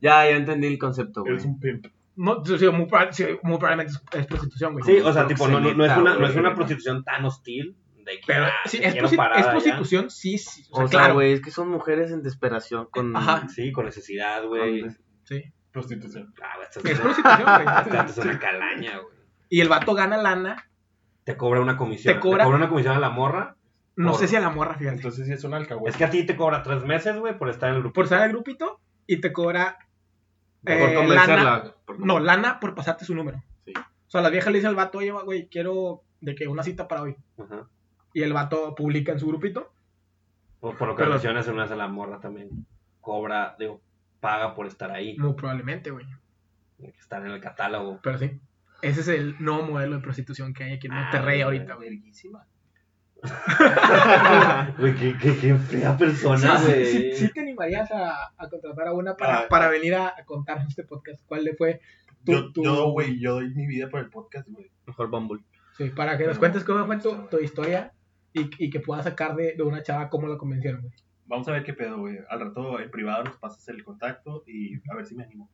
Ya, ya entendí el concepto, güey.
Eres un pimp.
No, sí, sí, muy, proba- sí, muy probablemente es, es prostitución, güey.
Sí, o sea, tipo, no, no, no es una, no es una
Proxeneta.
prostitución tan hostil de que
Pero
ah,
sí,
te
es,
quiero
prosti-
parada
es
ya.
prostitución, sí, sí.
O sea,
claro.
güey, es que son mujeres en desesperación con...
Ajá.
Sí, con necesidad, güey.
Con-
sí.
Prostitución.
Ah, esta es
Es
una-
prostitución, güey.
esta es una calaña, güey.
Y el vato gana lana.
Te cobra una comisión.
Te
Te
cobra-
cobra, una comisión a la morra.
No
Por-
sé si a la morra, fíjate.
Entonces sí es un
Es
alcahuete.
que a ti te cobra tres meses, güey, por estar en el grupo.
Por estar en el grupito y te cobra.
Por
eh, lana,
convencerla. por-
no, lana por pasarte su número.
Sí.
O sea, la vieja le dice al vato, oye, güey, quiero de que una cita para hoy.
Ajá.
Y el vato publica en su grupito.
Por, por lo que
Pero-
mencionas, en una a la morra también. Cobra, digo, paga por estar ahí.
Muy probablemente, güey. Mm.
Estar en el catálogo.
Pero sí. Ese es el nuevo modelo de prostitución que hay aquí en
Ah,
Monterrey
güey.
ahorita, güey.
Güey, qué, qué, qué fea persona,
Sí,
güey.
sí, sí te animarías a, a contratar a una para,
Ah.
para venir a, a contarnos este podcast? ¿Cuál le fue?
Yo,
tú-
yo, güey, yo doy mi vida por el podcast, güey.
Mejor Bumble.
Sí, para que nos
No,
cuentes cómo
no
fue tu,
sé, güey.
tu historia y, y que puedas sacar de, de una chava cómo la convencieron, güey.
Vamos a ver qué pedo, güey. Al rato en privado nos pasas el contacto y a ver si me animo.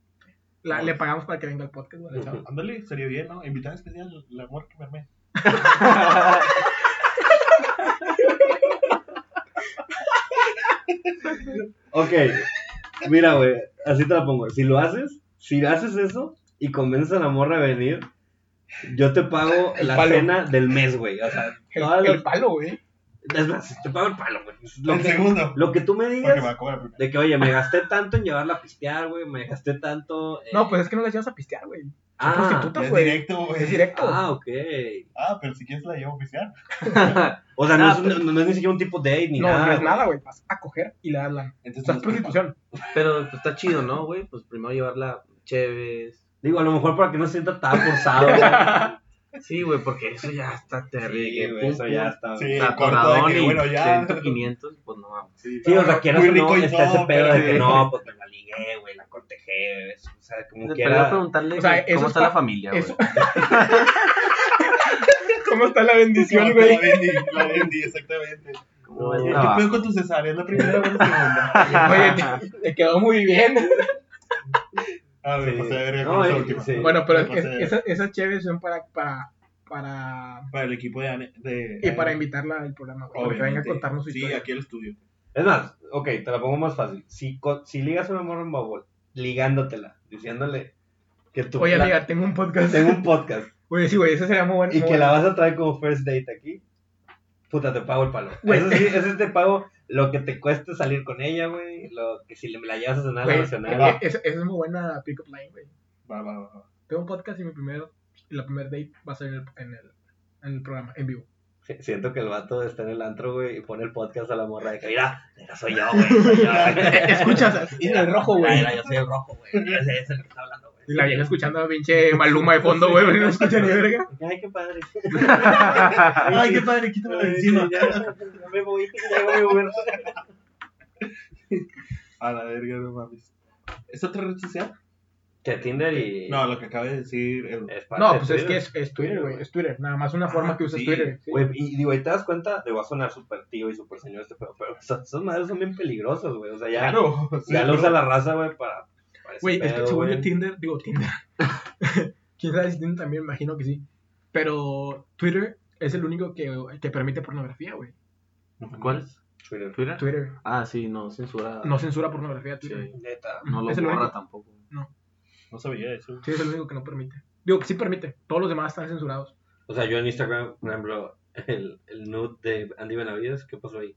La- le pagamos para que venga al podcast, güey, la chava.
Ándale, sería bien, ¿no? Invitada especial, la amor que me armé.
Ok, mira, güey, así te la pongo. Si lo haces, si haces eso y convences a la morra a venir, yo te pago la
palo.
cena del mes, güey. O sea,
El,
todas las-
el palo, güey.
es más, te pago el palo, güey. Lo
El
que,
segundo.
lo que tú me
Porque me
digas
acabo la primera.
de que, oye, me gasté tanto en llevarla a pistear, güey, me gasté tanto. en-
No, pues es que no las llevas a pistear, güey. Son
ah,
prostitutas,
Es
güey.
directo, güey.
Es directo.
Ah, ok.
Ah, pero si quieres la llevo oficial.
O sea, no,
Ah,
es, un- no- no es ni siquiera un tipo date ni
no,
nada.
no es
güey.
nada, güey. Vas a coger y le das la. O
Entonces,
sea, es prostitución.
Pero pues, está chido, ¿no, güey? Pues primero llevarla chéves.
Digo, a lo mejor para que no se sienta tan forzado. güey.
Sí, güey, porque eso ya está terrible.
Sí,
que
güey,
pum,
eso
pum,
ya está.
Sí,
güey.
el corto de
atoradón
que,
y
bueno, ya.
30, 500, pues no vamos.
Sí,
Sí, o sea, quieras o
Muy rico
no,
y
está ese
todo,
pedo de
pero-
que no, pues me la ligué, güey, la cortejé, es- o sea, como
Pero
que
voy a
era...
preguntarle
O sea,
que-
eso
cómo
es
está
pa-
la familia, güey.
eso- ¿Cómo está la bendición,
La
güey?
vendí, la vendí, exactamente.
¿Cómo va el
Oye,
Ah.
¿Qué
trabajo?
pedo con tu cesárea? ¿Es la primera o la segunda?
Oye, te, te quedó muy bien.
Ah, me
Sí.
pasé de verga
No,
con esa
eh,
última.
sí.
Bueno, pero
Me
es-
pasé de verga.
esas, esas chéves son para, para, para...
Para el equipo de... Ane- de
Y para invitarla al programa, güey, para que venga a contarnos su
Sí,
historia.
aquí el estudio.
Es más, ok, te la pongo más fácil. Si, co- si ligas a una morra en babol, ligándotela, diciéndole que tú...
Oye,
la-
amiga, tengo un podcast.
Tengo un podcast
Güey, sí, güey, ese sería muy bueno.
y
muy
que
bueno.
la vas a traer como first date aquí, puta, te pago el palo.
Güey.
Eso sí, eso sí te pago lo que te cueste salir con ella, güey, lo que si le- me la llevas a cenar a la
Güey,
nacional.
eh, Esa esa es muy buena pick-up line, güey.
Va, va, va, va.
Tengo un podcast y mi primer, la primer date va a ser en el, en el, en el programa, en vivo.
Si- Siento que el vato está en el antro, güey, y pone el podcast a la morra de que, mira, mira, soy yo, güey, soy yo.
Escuchas en el rojo, güey.
Mira, yo soy el rojo, güey. Ese es el que está hablando, güey.
Y la vieja escuchando a pinche Maluma de fondo, güey, pero no escucha ni verga.
Ay, qué padre.
Ay, qué padre, quítame la encima.
Ya, ya me voy, ya me voy.
A la verga, no mames. ¿Es otra red social?
Que Tinder y...
No, lo que acaba de decir. el-
Es parte
No,
de
pues es
Twitter.
que es, es Twitter, güey, es Twitter. Nada más una forma que usas
Ah, sí,
Twitter. sí.
Güey, y digo, y te das cuenta, te va a sonar súper tío y súper señor este pedo, pero esas esas madres son bien peligrosas, güey. O sea, ya,
Claro. sí,
ya lo
pero-
usa la raza, güey, para... para ese
Güey, es que
pedo,
según yo
güey.
Tinder, digo Tinder. Quién sabe si Tinder también, me imagino que sí. Pero Twitter es el único que te permite pornografía, güey.
¿Cuál?
Twitter.
¿Twitter?
Twitter
Ah, sí, no, censura.
no censura pornografía, Twitter.
Sí.
Neta.
No lo
¿Es el
borra
único?
tampoco.
No sabía eso.
Sí, es el único que no permite. Digo, que sí permite. Todos los demás están censurados.
O sea, yo en Instagram, por ejemplo, el, el nude de Andy Benavides, ¿qué pasó ahí?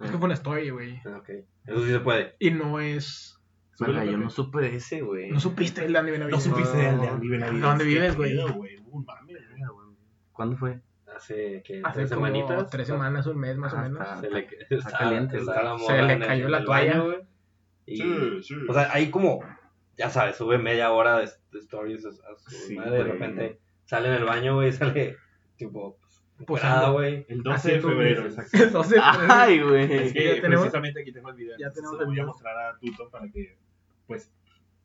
Es que fue una story, güey.
Ah, ok. Eso sí se puede.
Y no es.
Verga, yo
Súbelo,
no supe de ese, güey.
No supiste el de Andy
No
Benavides.
supiste
No.
del de Andy Benavides.
¿Dónde
Qué
vives, güey?
pedo, No mames, güey.
Verga, güey. ¿Cuándo fue?
Hace, que
Hace
¿Tres
como
semanitas?
tres semanas, un mes más o
Ah,
menos.
está.
Se le, está-
caliente,
está
güey.
la
Se
morra
le
en el-
cayó
en
la
el
toalla.
baño, güey. Y,
Sí, sí.
O sea, ahí como, ya sabes, sube media hora de, de stories a, a su
Sí,
madre. De
güey.
repente sale en el baño, güey, sale tipo, pues,
Posando.
nada, güey.
El 12 Ah, de
Haciendo un-
febrero, exacto.
Entonces,
Ay,
Es
güey.
que
Ya tenemos-
precisamente aquí tengo el video.
ya
entonces
tenemos
se lo
el
voy a
video.
mostrar a Tuto para que, pues,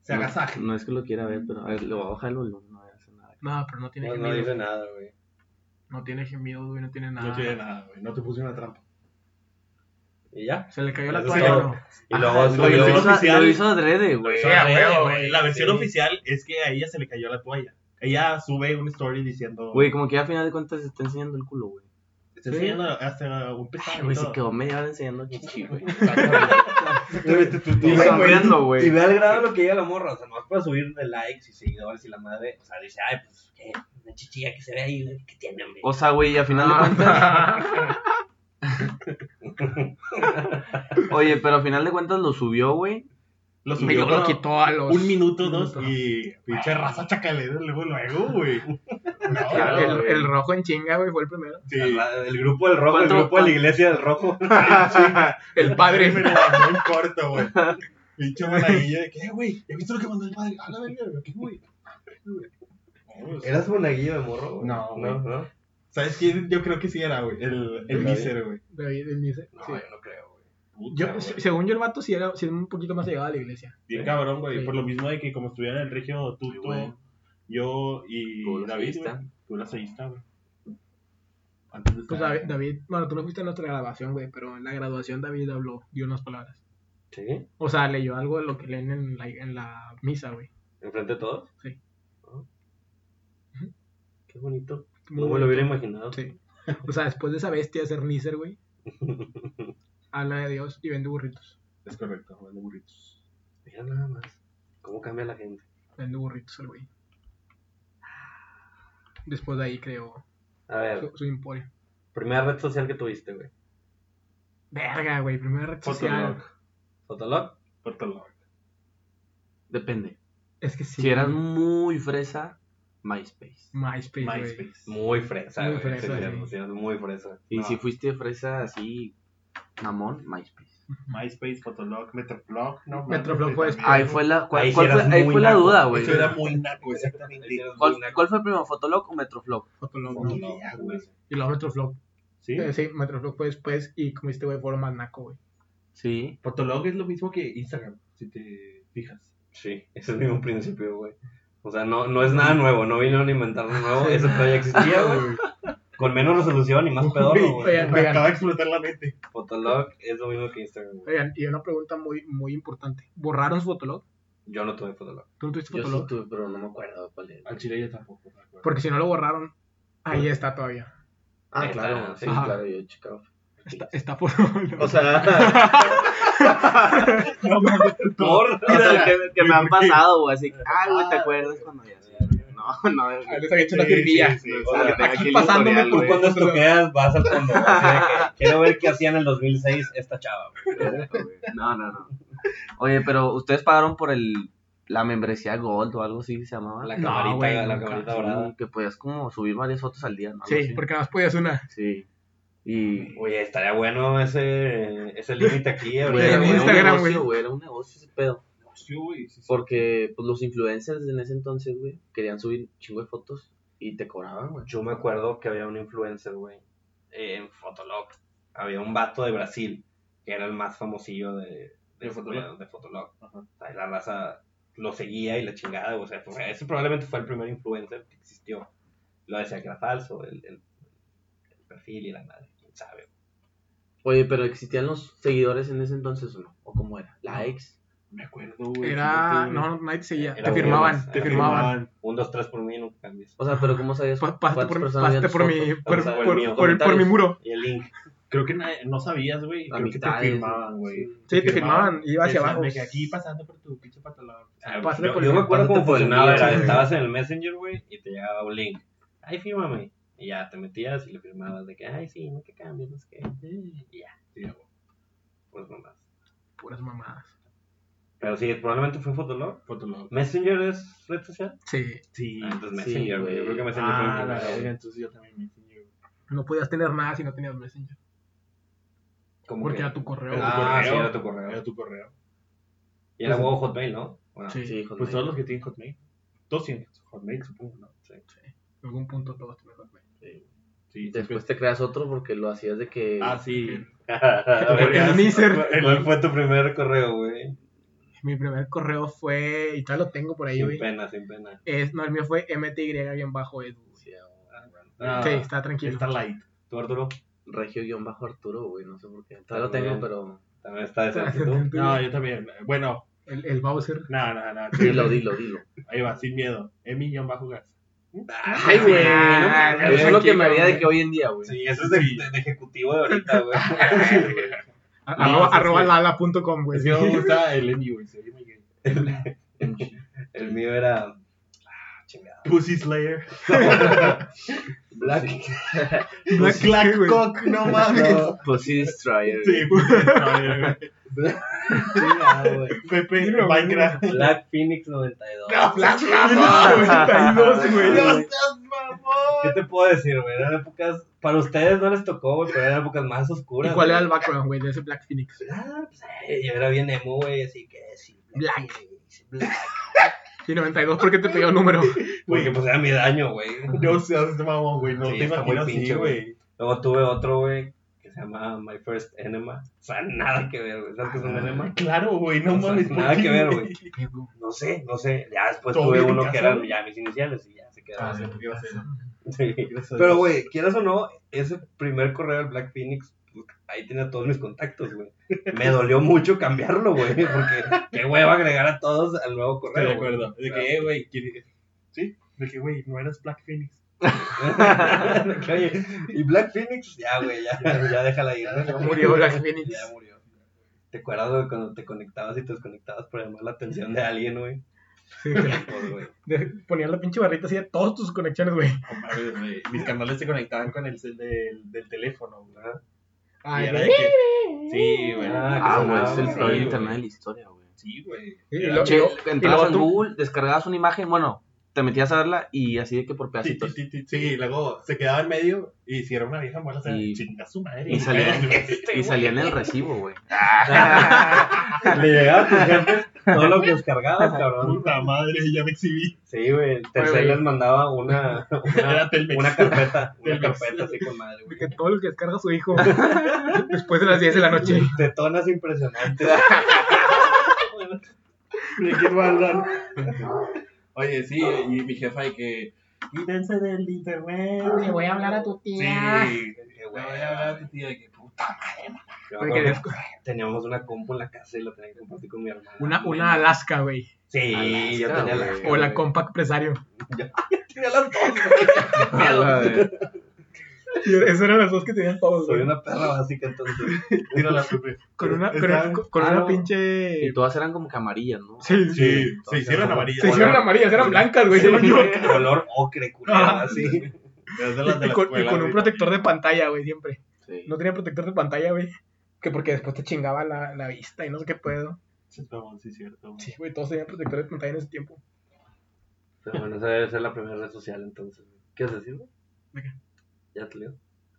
se
No,
agasaje.
No es que lo quiera ver, pero a ver, lo voy a bajar el volumen, no voy a hacer nada.
No, pero no tiene
No, no
gemidos.
dice nada, güey.
No tiene gemidos, güey. No tiene nada.
No tiene nada, güey. No te puse una trampa.
Y ya.
Se le cayó la
Eso
toalla,
sí.
o ¿no?
Y luego
Ajá,
subió-
Ah, lo, hizo,
oficial.
lo hizo adrede, güey.
Sí, a huevo, güey,
La versión
sí.
oficial es que a ella se le cayó la toalla. Ella sube una story diciendo.
Güey, como que a final de cuentas se está enseñando el culo, güey.
Está enseñando hasta un
Ay,
pezón. y
güey, se
todo.
quedó media hora enseñando chichi, güey.
Y
Y
ve, güey,
sonriendo,
Y
güey.
ve al grado lo que llega la morra, o sea, nomás para subir de likes y seguidores y la madre, o sea, dice, ay, pues, qué, una chichilla que se ve ahí, güey, que tiene, hombre.
O sea, güey, y a final de
Ah.
cuentas. Oye, pero a final de cuentas lo subió, güey.
Lo
Me
subió.
lo
¿no?
quitó a los.
Un minuto, dos.
minuto.
Y pinche raza chacalera luego, luego, güey. No,
Claro,
no,
Ah, el, el rojo en chinga, güey, fue el primero.
Sí.
La- El grupo del rojo, el
¿Cuánto-
grupo de la iglesia del rojo.
El padre.
Me lo mandó en corto, güey. Pinche monaguillo de que, "Eh, güey, ¿ya viste lo que mandó el padre? A la verga, güey, ¿qué, güey? No, güey.
¿Eras monaguillo de morro? güey?
No, güey.
no, no.
¿Sabes quién? Yo creo que sí era, güey. El, el
David.
mísero, güey.
David, él dice,
No,
sí.
yo no creo, güey.
Yo,
Puta, güey.
se- según yo, el vato sí era, sí era un poquito más llegado a la iglesia.
Bien cabrón, güey.
Sí.
Por lo mismo de que como estuviera en el regio tuto,
güey.
yo y
Tú eras
David,
ahísta.
güey. Tú eras ahísta, güey. Antes de
Pues
estar-
David, David- bueno, tú no fuiste a nuestra grabación, güey, pero en la graduación David habló, dio unas palabras.
¿Sí?
O sea, leyó algo de lo que leen en la, en la misa, güey.
¿Enfrente de todos?
Sí.
Ah.
Ujú.
Qué bonito.
Muy
no me
bonito.
lo hubiera imaginado.
Sí. O sea, después de esa bestia ser Nícer, güey, habla de Dios y vende burritos.
Es correcto, hablando de burritos.
Mira nada más. ¿Cómo cambia la gente?
Vende burritos el güey. Después de ahí creó
A ver,
su, su emporio.
primera red social que tuviste, güey.
Verga, güey, primera red social.
Fotolog.
¿Fotolog?
Fotolog.
Depende.
Es que sí.
Si eras
güey.
muy fresa, MySpace.
MySpace, güey.
MySpace.
Muy fresa,
Muy
güey. sí,
fresa,
cierto,
sí.
sí, eres muy fresa.
Y
No.
si fuiste fresa así, mamón, MySpace.
MySpace, Fotolog, Metroblog. No, mames,
Metroblog fue-
también.
Ahí fue la, cuál-
Ahí sí
cuál
eras
fue, ahí
muy
fue la
naco.
duda, güey.
Eso era muy naco,
Ahí
exactamente.
sí eres
¿Cuál,
muy naco.
cuál fue primero, Fotolog o Metroflog?
Fotolog,
No,
¿no?
ni idea, güey.
Y luego Metroflog.
¿Sí?
Eh, sí, Metroflog fue después y como este güey fue lo más naco, güey.
Sí.
Fotolog es lo mismo que Instagram, si te fijas.
Sí, ese es mismo principio, güey. O sea, no, no es nada nuevo, no vinieron a inventar nada nuevo, ese pedo ya existía, güey. Con menos resolución y más pedorro,
Güey,
güey.
oigan,
Me
oigan,
acaba de explotar la mente.
Fotolog es lo mismo que Instagram, güey.
oigan, y una pregunta muy, muy importante. ¿Borraron su Fotolog?
Yo no tuve Fotolog.
¿Tú no tuviste
Yo sí
Fotolog?
tuve, pero no me acuerdo cuál era.
Al chile yo tampoco. me acuerdo.
Porque si no lo borraron, ahí está todavía.
Ah,
Ahí
claro,
está,
sí,
ajá.
claro, yo checaba.
Está, está por...
O sea,
No mames,
Por-
o sea, que, que me han pasado, güey, así que, ay, güey, ¿te acuerdas cuando ya? No, no, es
Ah, les había hecho
Sí,
una firmilla.
sí, sí,
o
o
sea,
sea,
tengo
aquí
el
pasándome
historial,
por
Tú
güey.
cuando estoqueas vas al fondo. güey, así de que Quiero ver qué hacía en el 2006 esta chava. güey.
No, no, no. Oye, pero ustedes pagaron por el la membresía Gold o algo así se llamaba.
La
No,
camarita,
güey,
la
nunca.
camarita
Sí,
dorada.
que podías como subir varias fotos al día, ¿no? Algo
Sí,
así.
porque nada más podías una.
Sí. Y
Oye, estaría bueno ese, ese límite aquí.
Güey,
ahorita,
era,
en
güey.
un
Instagram,
negocio,
güey.
güey, era un negocio ese pedo.
Sí, güey, sí, sí.
Porque pues, los influencers en ese entonces, güey, querían subir un chingo de fotos y te cobraban, güey.
Yo me acuerdo que había un influencer, güey, eh, en Fotolog. Había un vato de Brasil que era el más famosillo de, de,
¿De Fotolog?
de Fotolog.
Ajá.
O sea, la raza lo seguía y la chingada, o sea, pues, ese probablemente fue el primer influencer que existió. Lo decía que era falso, el, el- el perfil y la madre, quién sabe.
Oye, pero existían los seguidores en ese entonces o no? ¿O cómo era? Likes.
Me acuerdo, güey.
Era...
fíjate, güey.
No, nadie te seguía.
Era
Te
muy
firmaban,
buenas.
te
Te
firmaban.
Un, dos, tres por mí y nunca cambies.
O sea, pero ¿cómo sabías
Pa-
cuántas
Pasaste por,
personas
pasaste
habían
por mi,
fotos?
por,
Vamos a ver
por-
el mío,
por- por mi
comentarios.
muro.
Y el link.
Creo que na- no sabías, güey. Creo que te
Amistades,
firmaban, güey.
sí.
Sí, te firmaban, iba hacia
Decían
abajo.
de que Aquí pasando por tu pinche pantalón.
Ah,
Pásate
yo,
por
yo
el-
me acuerdo
pásate
cómo
por el
funcionaba,
mío,
era,
güey.
estabas en el Messenger, güey, y te llegaba un link. Ay, fírmame. Y ya te metías y le firmabas de que, ay, sí, no te cambies, no sé qué. Y ya,
Sí, güey.
pues nomás.
Puras mamadas.
Pero sí, probablemente fue Fotolog.
Fotolog.
¿Messenger es red social?
Sí,
Sí.
Ah, entonces
sí,
Messenger, güey. yo
güey.
creo que Messenger
Ah,
fue
la
el primero,
verga,
güey.
entonces yo también me enseñé, güey.
no podías tener nada si no tenías Messenger.
Como
Porque
que-
era tu correo.
Era tu
güey.
Ah,
correo.
sí, era tu correo.
Era tu correo.
Y era huevo Hotmail, ¿no? Bueno,
Sí,
Sí, hijo
Pues
de-
todos los que tienen Hotmail. Todos tienen Hotmail, supongo, ¿no? Sí.
En algún punto todos tenían Messenger.
sí
Después te creas otro porque lo hacías de que...
Ah, sí.
A ver,
El Miser.
¿Cuál fue tu primer correo, güey?
Mi primer correo fue, y todavía lo tengo por ahí,
Sin
güey.
pena, sin pena.
Es, no, el mío fue MTY bien bajo Edu. güey.
Sí,
Ah, bueno.
Ah,
Sí, está tranquilo.
Está light.
¿Tú, Arturo?
Regio-Arturo, güey, no sé por qué.
Está
Todavía lo tengo,
bien.
pero...
También está ese.
Está-
¿y tú?
No, yo también. Bueno,
el, el Bowser.
nada, nada, nada.
Dilo, dilo, dilo.
Ahí va, sin miedo. Emi-Gas.
Ay, güey.
Ah,
Eso es lo que
tranquilo,
me haría de
güey.
que hoy en día, güey.
Sí, eso es de, de- de ejecutivo de ahorita, güey.
A-
No,
arroba
sí, sí.
arroba lala.com, güey.
Es que no me gusta el Emi, güey. se llama Emi.
El mío era. Ah, chingada.
Pussy Slayer.
Black...
Black Black, güey.
Cock, no mames.
Pussy Destroyer.
Sí, pues. Pussy Slayer, güey.
Chingada, güey.
Pepe,
Sí, no,
Minecraft.
Black Phoenix 92.
Black Black 92, güey.
¿Qué te puedo decir, güey? Eran épocas. Para ustedes no les tocó, güey, pero eran épocas más oscuras.
¿Y cuál era
güey.
el background, güey, de ese Black Phoenix?
Ah, pues, eh, yo era bien emo, güey, así que sí.
Black.
Phoenix, Black.
Y 92, ¿por qué te pidió el número?
Porque pues era mi daño, güey.
No seas mamón, güey. No
Sí,
te
está muy
imaginas así,
pinche,
güey.
Luego tuve otro, güey, que se se llama My First Enema. O sea, nada que ver, güey. ¿Sabes qué es un
Ah,
enema?
Claro, güey, no
O sea,
mames.
nada
¿por
que
qué,
ver, güey. No sé, no sé. Ya después
Todo
tuve
bien en
uno que
casa,
eran
güey.
ya mis iniciales y ya se quedó.
Ah,
así.
sí, gracias.
Sí.
Gracias a
Pero,
Dios.
güey, quieras o no, ese primer correo del Black Phoenix, pues, ahí tenía todos mis contactos, güey. Me dolió mucho cambiarlo, güey, porque qué hueva agregar a todos al nuevo
Estoy
correo.
de
güey.
acuerdo. De que, eh, güey, ¿quiere- sí, de que, güey, no eras Black Phoenix.
De que, oye, y Black Phoenix, ya, güey, ya, ya déjala ir.
Ya murió Black Phoenix.
Ya murió. ¿Te acuerdas güey, cuando te conectabas y te desconectabas para llamar la atención de alguien, güey?
Sí, güey.
Pues, güey,
De- Ponían la pinche barrita así de todas tus conexiones, güey.
No mames, güey, Mis canales se conectaban con el cel del, del teléfono, güey. Y
Ay,
era de
güey.
que- Sí, güey.
Ah,
Ah, güey, es el
sí,
peor
güey.
internet de la historia, güey.
Sí, güey.
Y
Era-
lo-
Che,
luego- y
entrabas
luego
en
tú-
Google, descargabas una imagen, bueno, te metías a verla y así de que por
Ti,
pedacitos.
ti, ti, ti, Sí, y luego se quedaba en medio y si era una vieja mala se
Y-
chinga su madre.
Y salía, y salía en el recibo, güey.
Le llegaba a tus jefes todo lo que descargabas, cabrón.
Puta madre, ya me exhibí.
Sí, güey, el tercer
Güey.
les mandaba una, una,
Era Telmex.
una carpeta, una
Telmex.
carpeta así con madre, güey.
de que todo lo que descarga su hijo después de las 10 de la noche.
Tetonas impresionantes.
¿De qué no hablan? Oye, sí, y mi jefa de que. Quítense del internet.
Le voy a hablar a tu
Sí,
tía.
le voy a hablar a tu tía de que puta madre, mamá.
Yo me
Güey, que
acuerdo
desco-
que Teníamos una compu en la casa y la tenía que compartir con mi hermana.
Una,
güey.
una Alaska, güey.
Sí, yo
Alaska,
tenía la.
güey.
O la Compact Presario.
Tenía las dos. Ah,
Y Esas eran las dos que tenían todos,
Soy
güey.
una perra básica, entonces.
Tira la supe.
Con una, con,
Estaban-
con- con
Ah,
una
no.
pinche.
Y todas eran como camarillas, ¿no?
Sí, sí.
Sí, se hicieron amarillas.
Se hicieron amarillas, eran blancas, güey.
Sí,
según yo.
color ocre, culero,
Ah.
así.
Las de las de
Y
la
con, y
escuela,
con un
güey.
protector de pantalla, güey, siempre.
Sí.
No tenía protector de pantalla, güey. Que porque después te chingaba la, la vista y no sé qué pedo.
Sí, mamón, sí, cierto. güey.
Sí, güey, todos tenían protector de pantalla en ese tiempo.
Pero bueno, esa debe ser la primera red social, entonces. ¿Qué vas a decir, güey?
¿De qué?
Ya te leo.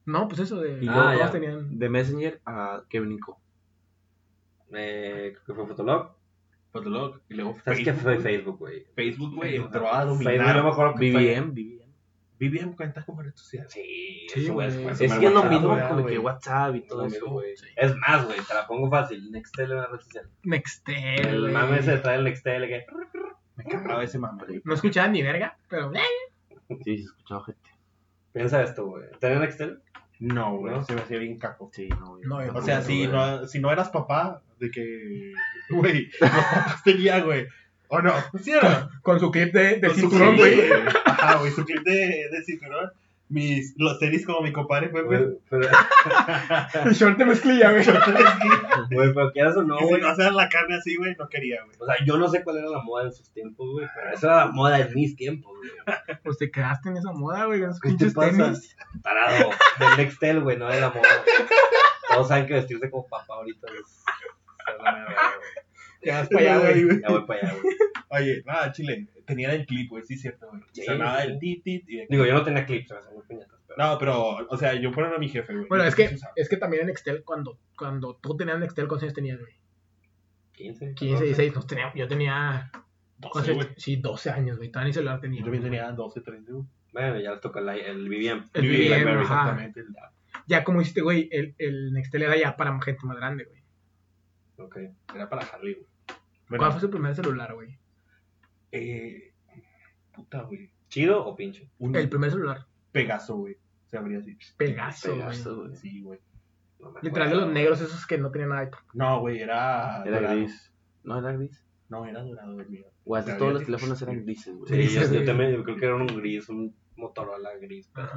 No, pues eso de.
Y
luego-
todos
ya.
tenían.
De Messenger a Kevin Nico.
Eh, creo que fue Fotolog.
Fotolog. Y Pues
Pues
luego
¿Sabes qué
Facebook.
fue Facebook, güey?
Facebook, güey,
Ajá.
entró a
Facebook, yo me
dominar.
acuerdo que fue-
BBM, BBM.
Vivían cuentas como red social.
Sí,
Sí,
eso, güey.
güey.
fue
Es
Es
súper
que es lo
bajado,
mismo
güey.
con que WhatsApp y todo
Lo
eso,
mismo.
güey.
Es más, güey, te la pongo fácil. Nextel era red social.
Nextel,
El
güey.
mame se trae el Nextel que.
Me cagaba Ah, ese mamá.
No escuchaban ni verga, pero. eh,
Sí, se escuchaba gente.
Piensa esto, güey. ¿Tenías Nextel?
No, güey, se me hacía bien caco.
Sí, no, güey.
No, yo
O sea,
Tampoco,
si
güey.
no, si no eras papá, de que. Güey, los papás tenían, güey. ¿O no? ¿Sí o no?
Con su clip de, de
Con su
cinturón,
clip,
güey.
Ajá, güey, su clip de, de cinturón. Mis, los tenis como mi compadre, güey, güey.
Güey, pero,
Y short de mezclilla, güey.
güey, pero quieras o no,
Y si
güey.
no hacían la carne así, güey, no quería, güey.
O sea, yo no sé cuál era la moda en sus tiempos, güey, pero esa era la moda en mis tiempos, güey.
Pues te quedaste en esa moda, güey, con esos
¿Qué te
pinches
pasa?
tenis.
Tarado. Del Nextel, güey, no de la moda. güey. Todos saben que vestirse como papá ahorita, güey. Es la mera verga, güey.
Te vas para allá, güey.
Ya voy para allá, güey.
Oye, nada, chile. Tenían el clip, güey, sí, cierto, güey.
Sí,
Sonaba
sí.
el tit, tit. y de-
Digo, yo no tenía clips, me hacen muy puñetas, pero.
No, pero, o sea, yo fueron a mi jefe, güey.
Bueno,
No
es
sé
que,
si usaba.
es que también en Nextel, cuando, cuando tú tenías Nextel, ¿cuántos años tenías, güey?
15.
15, 16, nos teníamos, yo tenía...
No sé,
¿cuántos
güey.
años? Sí, 12 años, güey, todavía ni celular tenía.
Yo también tenía 12, 13, güey.
Bueno, ya les tocó el, el BBM.
El
Yo vivía
BBM,
en Blackberry,
ajá.
exactamente. el-
Ya como dijiste, güey, el, el Nextel era ya para gente más grande, güey.
Ok.
Era para Harley, güey.
¿Cuál
Bueno,
fue su primer celular, güey?
eh. Puta, güey.
¿Chido o pinche?
Un
El primer celular,
Pegaso, güey. Se abría así.
Pegaso,
Pegaso,
güey.
güey.
Sí, güey.
No me
Literal de
acuerdo.
los negros esos que no tenían nada.
No, güey, era.
Era
dorado.
gris. No, era gris.
No, era dorado el mío.
O así
Era
todos los
gris.
teléfonos eran grises,
Sí,
güey.
Sí,
yo,
sí,
yo
sí.
también yo creo que era un gris, un Motorola gris. pero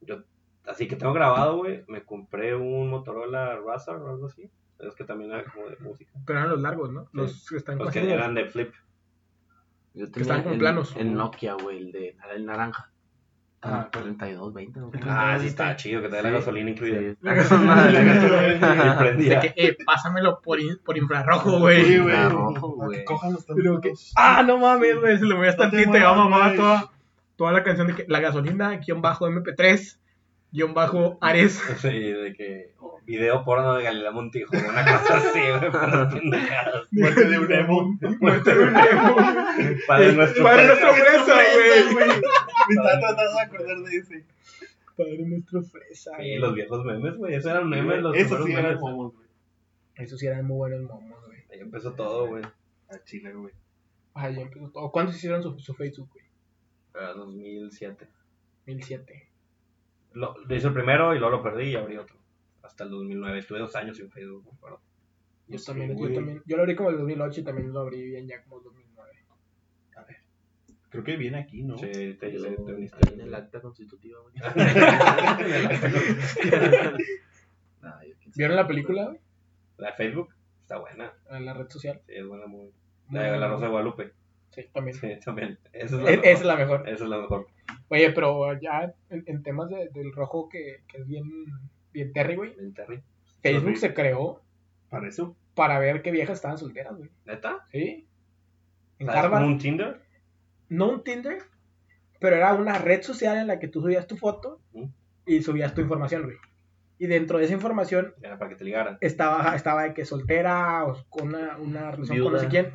yo, así que tengo grabado, güey. Me compré un Motorola Razr o algo así. Es que también era como de música.
Pero eran los largos, ¿no? Los que están
Los que
así como-
eran de flip.
Yo
Que estaban como
el-
planos.
El Nokia, güey, el de el naranja.
Ah,
Ah, 3220, ¿no?
Ah, sí,
sí,
estaba
está.
chido, que traía la
Sí,
gasolina incluida.
sí,
La
está
gasolina.
con madre.
Y
De
prendía.
que, eh, pásamelo por, in- por infrarrojo, güey.
Sí, güey.
Era rojo,
Para que
güey.
cojan los
Pero que-
teléfonos.
Ah, no mames, güey. Se lo voy a estar
No te
te va a
muevas,
mamar
güey.
toda, toda la canción de que la gasolina, guión bajo MP3, guión bajo Ares.
Sí, de que oh, video porno de Galilea Montijo, una cosa así, güey, para las pendejadas.
Muerte de un emo.
Muerte de un emo.
Para
Eh,
nuestro
para
país.
nuestro preso, güey.
Me estaba tratando de acordar de ese.
Padre nuestro fresa.
Sí,
güey.
los viejos memes, güey. Esos eran memes, los
Eso
primeros
sí eran
memes.
momos, güey.
Esos sí eran muy buenos momos, güey.
Ahí empezó todo, güey.
A Chile, güey.
Ay, ya empezó todo. ¿Cuántos hicieron su, su Facebook, güey?
Ah, 2007.
1007.
Lo, lo hice el primero y luego lo perdí y abrí otro. Hasta el 2009. Estuve dos años sin Facebook, me acuerdo.
Yo
Sí,
también, yo
güey.
también. Yo lo abrí como el 2008 y también lo abrí bien ya como el 2009.
Creo que viene aquí, ¿no?
Sí, te,
Yo-
te, te uniste.
en el acta constitutiva, güey. Nah, yo quién sabe.
¿Vieron la película, güey?
La de Facebook está buena.
A la red social.
Sí, es buena muy. La de la Rosa de Guadalupe.
Sí, también.
Sí, también. Esa es la
Es,
mejor.
es la mejor.
Esa es la mejor.
Oye, pero ya en, en temas de- del rojo que, que es bien, bien terry, güey.
El Terry.
Facebook
Sorry.
se creó
Para eso.
para ver qué viejas estaban solteras, güey.
¿Neta?
¿Sí? En
¿Sabes
Harvard.
como un Tinder?
no un Tinder, pero era una red social en la que tú subías tu foto
Ujú.
y subías tu información, güey. Y dentro de esa información
Era para que te ligaran.
estaba, estaba de que soltera o con una, una relación con no sé
Viuda.
quién.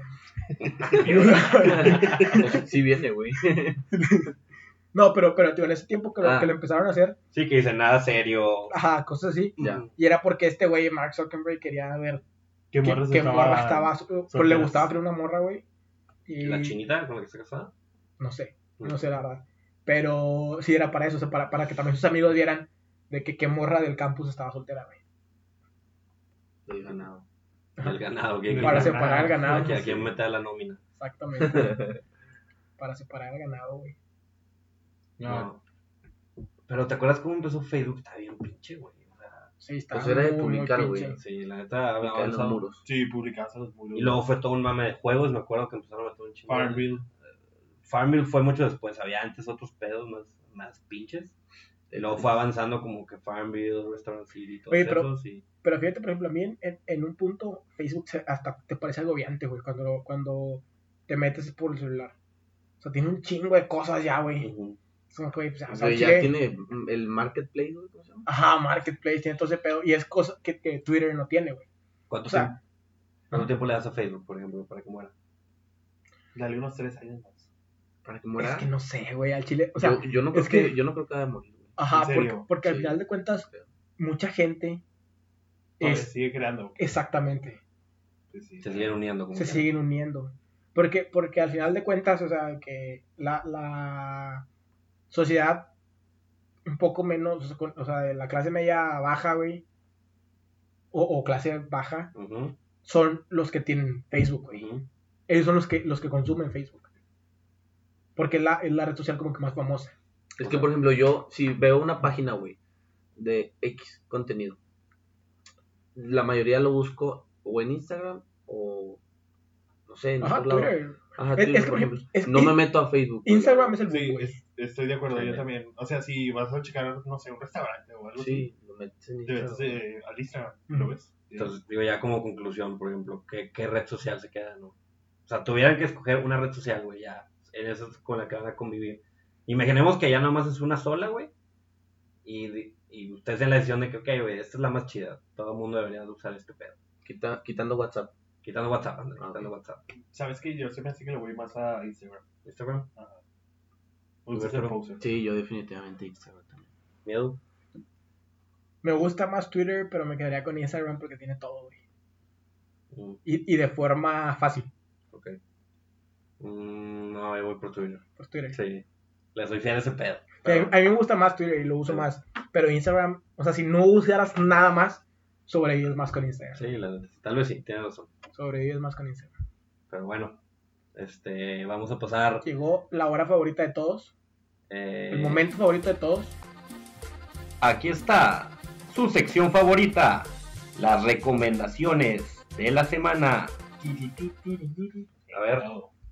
Ah, Viuda.
Sí viene, güey.
no, pero, pero tío, en ese tiempo que lo,
Ah.
que lo empezaron a hacer,
Sí, que dicen nada serio.
ajá, cosas así.
Ya.
Mm.
Y era porque este güey, Mark Zuckerberg, quería ver qué,
¿Qué morras
qué
estaban-
morra estaba, pues le
solteras.
gustaba tener una morra, güey. Y
La chinita con la que se casaba.
no sé, no sé la verdad. Pero sí era para eso, o sea, para, para que también sus amigos vieran de que qué morra del campus estaba soltera, güey.
Estoy ganado.
El ganado. ¿quién-
Para
quién-
separar el ganado.
¿A quién mete a la nómina?
Exactamente. para separar el ganado, güey.
No. Pero ¿te acuerdas cómo empezó Facebook? Está bien pinche, güey. O sea,
Sí, está
Pues era de
muy, muy
publicar, güey.
pinche.
Sí, la neta
Me
había
caen los
avanzado.
muros.
Sí, publicadas a los muros.
Y luego fue todo un mame de juegos. Me acuerdo que empezaron a meter un chingo. de-
Farmville.
Farmville fue mucho después, había antes otros pedos más, más pinches. Y luego fue avanzando como que Farmville, Restaurant City, y todos
Oye, pero-
esos. Y...
Pero fíjate, por ejemplo, a mí en, en- en un punto Facebook se- hasta te parece agobiante, güey, cuando, lo- cuando te metes por el celular. O sea, tiene un chingo de cosas ya, güey.
Ujú.
Es como que, güey, pues, o sea,
Güey,
al
ya
chile-
tiene mm, el marketplace, güey. ¿cómo se llama?
Ajá, Marketplace tiene todo ese pedo. Y es cosa que, que Twitter no tiene, güey.
¿Cuánto,
O sea, ah.
tiempo, cuánto tiempo le das a Facebook, por ejemplo, para que muera?
Dale unos tres años más.
Para que muera.
Es que no sé, güey, al chile. O sea,
yo, yo no creo
es
que,
que-
yo no creo que haya morir, güey.
Ajá,
¿En serio?
porque, porque al
Sí.
final de cuentas, mucha gente
Todavía
es
sigue creando.
exactamente,
Sí, sí.
Se siguen uniendo. Como
se
que-
siguen uniendo. Porque, porque al final de cuentas, o sea, que la, la sociedad un poco menos, o sea, de la clase media baja, güey, o, o clase baja,
Ujú,
son los que tienen Facebook, güey.
ujú.
Ellos son los que, los que consumen Facebook. Porque es la, es la red social como que más famosa.
Es que, por ejemplo, yo, si veo una página, güey, de X contenido, la mayoría lo busco o en Instagram o, no sé, en
Ajá,
otro lado.
Twitter.
Ajá,
Es- es
Twitter,
que,
por
por ejemplo,
ejemplo.
es-
no me meto a Facebook. güey.
Instagram es el boom,
Sí,
güey.
es- estoy de acuerdo,
Sí,
yo
ya.
también. O sea, si vas a checar, no sé, un restaurante o algo así,
Sí, lo metes en
te
Instagram.
metes eh, al Instagram,
Ujú.
¿lo ves? Eh,
Entonces, digo, ya como conclusión, por ejemplo, ¿qué, qué red social se queda, no? O sea, tuvieran que escoger una red social, güey, ya. En esa es con la que van a convivir. Imaginemos que ya nomás es una sola, güey. Y, di- y ustedes den la decisión de que, ok, güey, esta es la más chida. Todo el mundo debería de usar este pedo.
Quita- quitando WhatsApp.
Quitando WhatsApp, ándale,
Ah,
quitando
ok.
WhatsApp.
¿Sabes que Yo se me hace que le voy más a Instagram.
Instagram,
Pues
Un
Yo
ser
creo-
poser.
Sí, yo definitivamente Instagram también.
miedo.
Me gusta más Twitter, pero me quedaría con Instagram porque tiene todo, güey.
Mm,
Y, y de forma fácil,
ok. Mm, no, yo voy por Twitter.
pues Twitter.
Sí. Le soy fiel a ese pedo.
O sea,
Pero-
a mí me gusta más Twitter y lo uso
Pero-
más. Pero Instagram, o sea, si no usaras nada más, sobrevives más con Instagram.
sí, la neta, tal vez sí, tienes razón.
Sobrevives más con Instagram.
Pero bueno, este, vamos a pasar...
Llegó la hora favorita de todos,
eh,
el momento favorito de todos.
Aquí está su sección favorita, las recomendaciones de la semana.
A ver,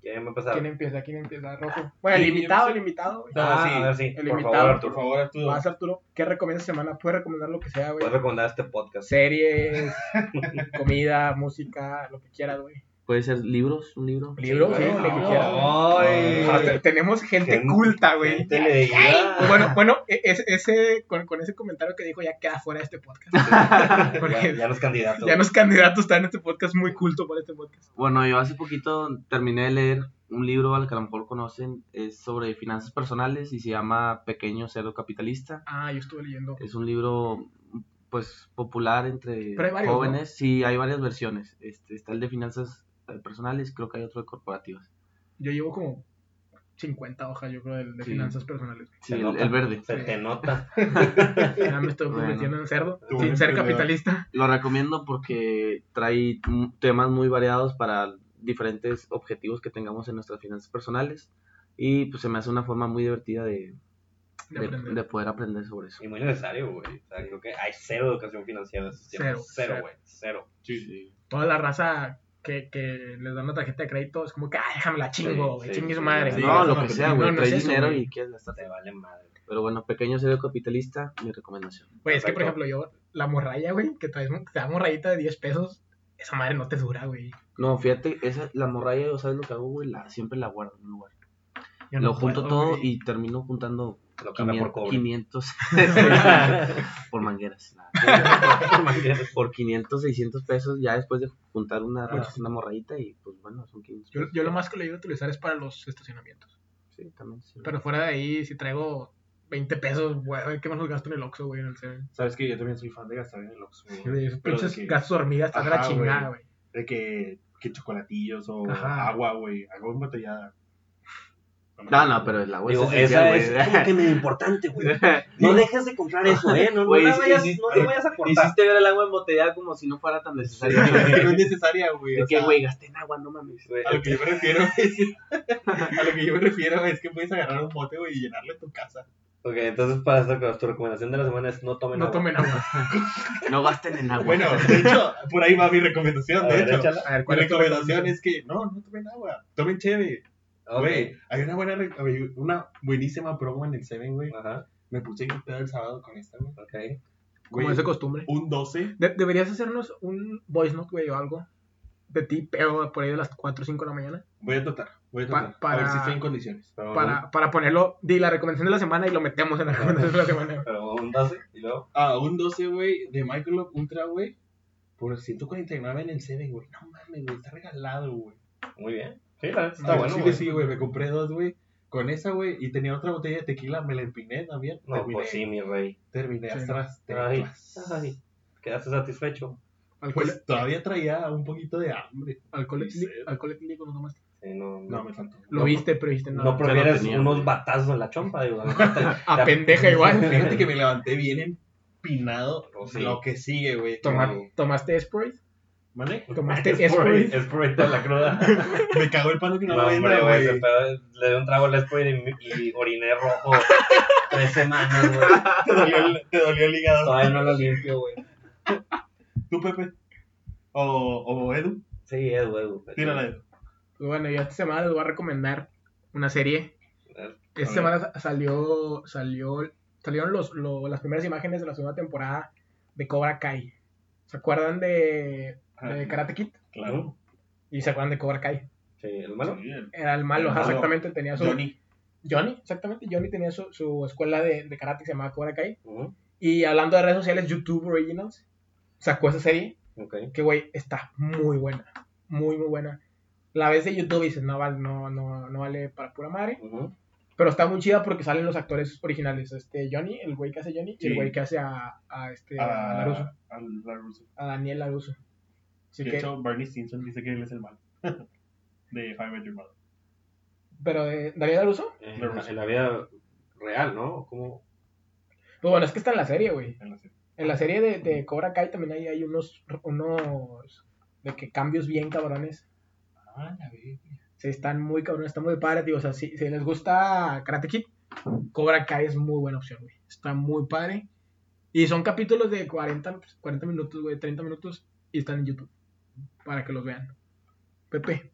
¿quién va a empezar?
¿Quién empieza? ¿Quién empieza?
Ah,
Rojo. Bueno, el
¿Quién
invitado, el
empieza?
invitado. güey.
No,
Ah,
sí,
sí.
a ver, sí,
El
por
invitado,
favor,
Por
Arturo.
favor, Arturo.
Vas, Arturo. ¿Qué recomiendas esta semana? Puedes recomendar lo que sea, güey.
Puedes recomendar este podcast.
Series, comida, música, lo que quieras, güey.
Puede ser libros, un libro.
Libros,
Sí,
¿no?
no.
Lo que quieras. güey.
Ay.
Ah, te- tenemos gente culta, güey.
Gente leída.
Bueno, bueno, e- ese, ese- con, con ese comentario que dijo ya queda fuera de este podcast.
ya,
Porque-
ya los candidatos.
Ya los candidatos están en este podcast muy culto para este podcast.
Bueno, yo hace poquito terminé de leer un libro al que a lo mejor conocen, es sobre finanzas personales y se llama Pequeño Cerdo Capitalista.
Ah, yo estuve leyendo.
Es un libro pues popular entre
Pero hay varios,
jóvenes. Sí, hay varias versiones. Este, está el de finanzas eh, personales, creo que hay otro de corporativas.
Yo llevo como 50 hojas, yo creo, de, de
Sí.
finanzas personales.
Sí,
Se
el,
nota.
el verde.
Se te nota.
Ya me estoy
Bueno.
convirtiendo en cerdo,
Tú,
sin ser
emprendedor.
capitalista.
Lo recomiendo porque trae m- temas muy variados para diferentes objetivos que tengamos en nuestras finanzas personales y pues se me hace una forma muy divertida de,
de
de-
aprender.
de poder aprender sobre eso.
Y muy necesario, güey. O sea, creo que hay cero educación financiera. en esos tiempos.
Cero,
Cero, güey. Cero.
Sí, sí.
Toda la raza que, que les dan una tarjeta de crédito es como que, ah, déjame la chingo,
Sí,
güey,
sí,
chingue su
sí,
madre.
sí.
no,
eso
lo
no
que
te-
sea,
no,
güey.
no es
traes
eso,
dinero
güey.
y quieres gastarte.
Te vale madre.
Pero bueno, pequeño serio capitalista, mi recomendación.
Güey, es que por
Perfecto.
ejemplo, yo, la morralla, güey, que traes, te da morrayita de 10 pesos, esa madre no te dura, güey.
No, fíjate, esa, la morralla, yo sabes lo que hago, güey, la, siempre la guardo en un lugar.
Yo
lo
no
junto
puedo,
todo
güey.
y termino juntando
Lo cambia por
500,
cobre.
500 por mangueras. nada. por 500, 600 pesos ya después de juntar una,
Claro.
una morradita y pues bueno, son 500
Yo,
pesos.
yo lo más que lo llevo a utilizar es para los estacionamientos.
Sí, también. sí.
Pero fuera de ahí, si traigo 20 pesos, güey, ¿qué más los gasto en el Oxxo, güey? En el Seven.
Sabes que yo también soy fan de gastar en el Oxxo, güey.
Güey, Esos
Pero de
pinches
que,
gastos hormigas están de la
Ajá,
chingada, güey.
de que, que chocolatillos o
Ajá.
agua, güey. Agua embotellada.
No, no, pero el agua
Digo,
es esencial,
esa es
Pues güey.
como que medio importante, güey. No dejes de comprar eso, ¿eh? No, no
Güey,
la
sí,
vayas,
sí.
no le vayas a cortar.
Hiciste ver el agua embotellada como si no fuera tan necesario.
no es necesaria, güey.
De
o
que,
sea,
güey, gasté en agua, no mames.
A lo que yo me refiero, güey, a lo que yo me refiero es que puedes agarrar un bote, güey, y llenarlo en tu casa.
Ok, entonces para esta, tu recomendación de la semana es no tomen
No
agua.
tomen agua.
No gasten en agua.
Bueno, de hecho, por ahí va mi recomendación,
A
de
ver,
hecho.
échala.
A ver,
Mi
¿cuál es tu
recomendación es que no, no tomen agua, tomen cheve.
Ok.
Güey, hay una buena, re- hay una buenísima promo en el Seven, güey.
Ajá,
Me puse a pedo el sábado con esta, güey.
ok.
Como
Güey,
es de costumbre.
un 12.
De- deberías hacernos un voice note, güey, o algo. De ti, pero por ahí de las 4 o 5 de la mañana.
Voy a tratar, voy a
Pa-
tratar.
para-
A ver si estoy en condiciones.
Pero,
Para, para ponerlo, di la recomendación de la semana y lo metemos en la recomendación de la semana. güey.
Pero un 12 y luego.
Ah, un 12, güey, de Michelob Ultra, güey. Por 149 en el Seven, güey. No mames, güey, está regalado, güey.
Muy bien. Sí, la neta, está
Al
bueno.
chile
güey.
sí, güey, me compré dos, güey. Con esa, güey, y tenía otra botella de tequila, me la empiné también.
No,
terminé,
pues sí, mi rey.
terminé
Sí.
hasta las
Ay,
teclas.
ay, quedaste satisfecho.
Alcohol,
Pues todavía traía un poquito de hambre.
alcohol,
sí.
alcohol etílico no tomaste.
Sí, no,
No, me faltó.
Lo viste, pero dijiste
No,
no.
pero-
prefieres
tenía,
unos
güey.
batazos en la chompa, digo. la-
a pendeja igual.
Fíjate que me levanté bien empinado.
Oh, sí.
Lo que sigue, güey.
Toma-
Como-
¿Tomaste Sprite?
¿Mande?
¿Tomaste
Este Es por-
Sprite?
Es por ahí toda la cruda.
Me cagó el palo que no,
No,
lo
hombre,
venda,
güey, ese
güey.
pedo, le di un trago al Sprite y, me- y oriné rojo tres semanas, güey.
Te dolió, el- te dolió el hígado.
Todavía no lo limpio, güey.
¿Tú, Pepe? ¿O, o Edu?
Sí, Edu, Edu.
Tírala,
Eh,
Edu.
Pues bueno, yo esta semana les voy a recomendar una serie. Esta
A
semana sa- salió, salió, salieron los, lo- las primeras imágenes de la segunda temporada de Cobra Kai. ¿Se acuerdan de,
Ah.
de Karate Kid?
Claro.
Y se acuerdan de Cobra Kai.
Sí, el malo.
Sí, el-
Era el malo, ajá,
Malo.
exactamente. Tenía su,
Johnny.
Johnny, exactamente. Johnny tenía su, su escuela de, de karate que se llamaba Cobra Kai.
Ujú,
Y hablando de redes sociales, YouTube Originals sacó esa serie.
Ok.
que güey, está muy buena, muy muy buena. La ves de YouTube y dices, no vale, no, no, no vale para pura madre.
ujú,
Pero está muy chida porque salen los actores originales. Este Johnny, el güey que hace Johnny, y el
Sí.
güey que hace a, a este a Laruso,
A, a Laruso.
a Daniel Laruso. Así
de
que,
hecho, Barney Stinson dice que él es el malo. de Five Met Your Mother.
pero de Daniel Laruso,
En, la, en la vida real, ¿no? ¿Cómo?
pues bueno, es que está en la serie, güey.
en la serie.
En la serie de, de Cobra Kai también hay, hay unos, unos de que cambios bien cabrones.
Ah, la vi.
Sí, están muy cabrones, están muy padres. Digo, o sea, si, si les gusta Karate Kid, Cobra Kai es muy buena opción, güey. Está muy padre. Y son capítulos de 40, pues, 40 minutos, güey, 30 minutos. Y están en YouTube. Para que los vean. Pepe,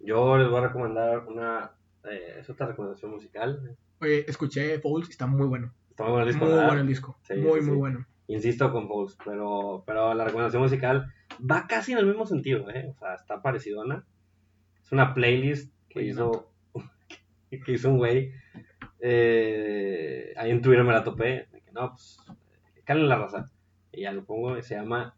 Yo les voy a recomendar una. eh, es otra recomendación musical.
oye, escuché Fouls, está muy bueno.
Está muy bueno el disco,
muy
¿verdad?
bueno el disco.
Sí,
muy,
sí,
muy
sí.
bueno.
Insisto con Fouls, pero, pero la recomendación musical va casi en el mismo sentido, ¿eh? O sea, está parecidona. Es una playlist que hizo, que hizo un güey. eh, ahí en Twitter me la topé. de que, no, pues, calen la raza. Y ya lo pongo, y se llama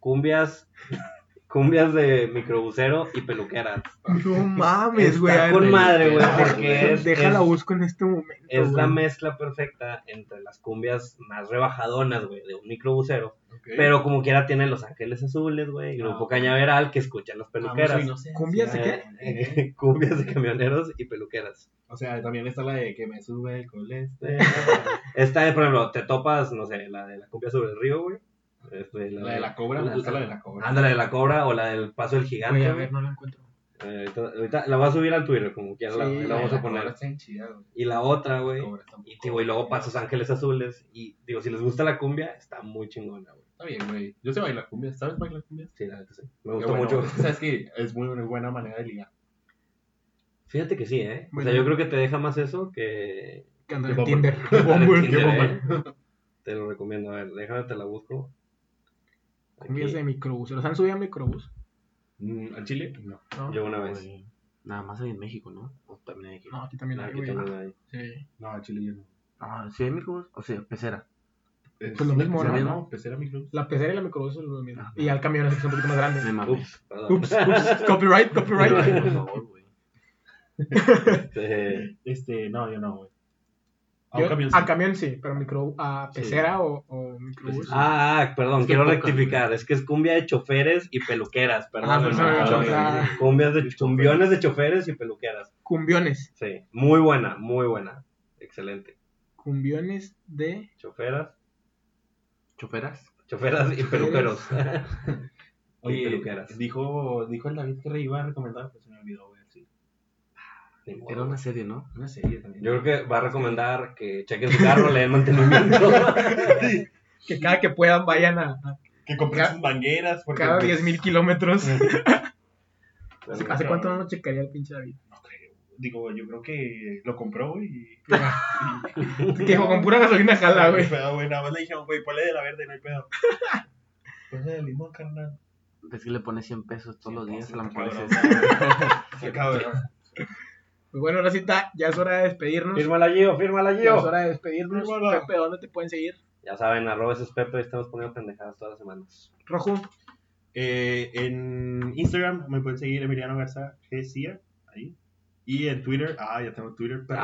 Cumbias, cumbias de microbusero y peluqueras.
No mames, güey.
Está con
Ay,
madre, güey,
güey,
porque es,
Déjala
es-
busco en este momento.
es la
güey.
mezcla perfecta entre las cumbias más rebajadonas, güey, de un microbusero,
Ok. Ah,
pero como quiera tiene Los Ángeles Azules, güey, Grupo Cañaveral que escuchan las peluqueras.
¿Cumbias de qué?
Eh, cumbias de camioneros y peluqueras.
O sea, también está la de que me sube el colesterol.
Eh, Esta, por ejemplo, te topas, no sé, la de la cumbia sobre el río, güey. Este,
La de la cobra, me gusta la de la cobra.
Ándale, de la cobra o la del paso del gigante.
Güey, a
güey.
ver, no la encuentro.
Eh, ahorita, ahorita la voy a subir al Twitter, como quiera la,
Sí,
la vamos a poner. Y la otra, güey. Y, digo, y luego Pasos Ángeles Azules. Y digo, si les gusta la cumbia, está muy chingona, güey.
Está bien, güey. Yo sé bailar cumbia. ¿Sabes bailar cumbia?
Sí, la neta sí. Me
Qué
gusta
bueno,
mucho.
güey. Sabes que es muy una buena manera de ligar.
Fíjate que sí, ¿eh?
Bueno.
O sea, yo creo que te deja más eso que.
Que ando en
Bumble.
Tinder.
Dale,
Bumble.
Tinder,
bomba.
¿eh? Te lo recomiendo. A ver, déjame, te la busco. Aquí.
Cumbias de microbús. ¿Se los han subido a microbús?
Mm, ¿Al chile? No.
No,
Yo una vez.
Nada más hay en México, ¿no? O también hay aquí.
no aquí también
Ah,
hay,
aquí
güey.
tengo una ahí.
Sí.
No, al chile yo no.
Ah, sí hay microbús. O sea, pecera.
Es
Pues lo mismo,
pecera,
¿no?
Este, No, pecera micro.
La pecera y la microbús son lo mismo.
Ah,
y al camión es un poquito más grande.
Me mamé.
Ups, perdón.
Ups, ups. Copyright, copyright.
Por favor, güey.
Este,
Este, no, yo no, güey. A
Yo-
un camión.
a
sí.
camión sí, pero micro, a
Sí.
pecera o, o microbús.
Ah, ah, perdón,
Es que
quiero
poca,
rectificar. Es que es cumbia de choferes y peluqueras, perdón.
Ah, pues,
hermano.
no,
Perdón,
no, no,
sí. Cumbias de cumbiones de choferes y peluqueras.
Cumbiones.
Sí, muy buena, muy buena. Excelente.
Cumbiones de.
Choferas,
¿Choferas?
choferas y peluqueros.
Oye,
y peluqueras.
Dijo, dijo el David que le iba a recomendar, pero se me olvidó, güey. Sí.
Ni modo.
Era una serie, ¿no?
Una serie también.
Yo creo que va a recomendar que chequen su carro, le den mantenimiento.
Que cada que puedan vayan a,
Ah,
a
Que compré
Ca-
sus mangueras. Porque,
cada
pues,
10.000 kilómetros.
pues,
¿Hace cuánto no lo checaría el pinche David?
No creo. Digo, yo creo que lo compró, güey. y-
Que con pura gasolina jala,
No
güey.
hay pedo, güey. Nada más le dijeron, güey, ponle de la verde, no hay pedo. Ponle de limón, carnal.
Es que le pones 100 pesos todos los días a la
Cabrón.
policía.
Está cabrón.
Pues bueno, Racita, ya es hora de despedirnos.
fírmala, Gio, fírmala,
Ya es
Gio.
hora de despedirnos.
Fírmala.
Pepe, ¿dónde te pueden seguir?
Ya saben, arroba esos pepe, estamos poniendo pendejadas todas las semanas.
Rojo.
Eh, en Instagram me pueden seguir Emiliano Garza Gesia, ahí. Y en Twitter, ah, ya tengo Twitter. perro.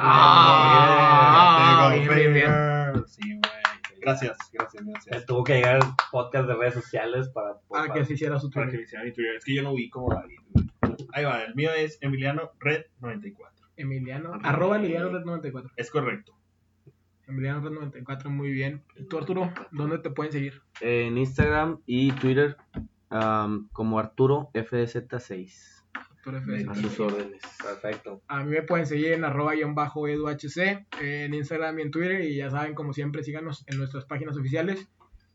Ah,
Tengo
bien, bien,
Twitter. Sí, güey. Gracias, gracias, gracias.
Tuvo que llegar el podcast de redes sociales para...
Ah, que se hiciera su
Para
Twitter.
que me sigan en Twitter. Es que yo no vi como David. Ahí va, el mío es Emiliano Red 94.
Emiliano. Arroba Emiliano Red 94.
Es correcto.
Emiliano Red 94, muy bien. ¿Y tú, Arturo? ¿Dónde te pueden seguir?
En Instagram y Twitter am, como Arturo FDZ6.
Arturo FS.
A sus órdenes.
Perfecto.
A mí me pueden seguir en arroba guión bajo eduhc, en Instagram y en Twitter. Y ya saben, como siempre, síganos en nuestras páginas oficiales.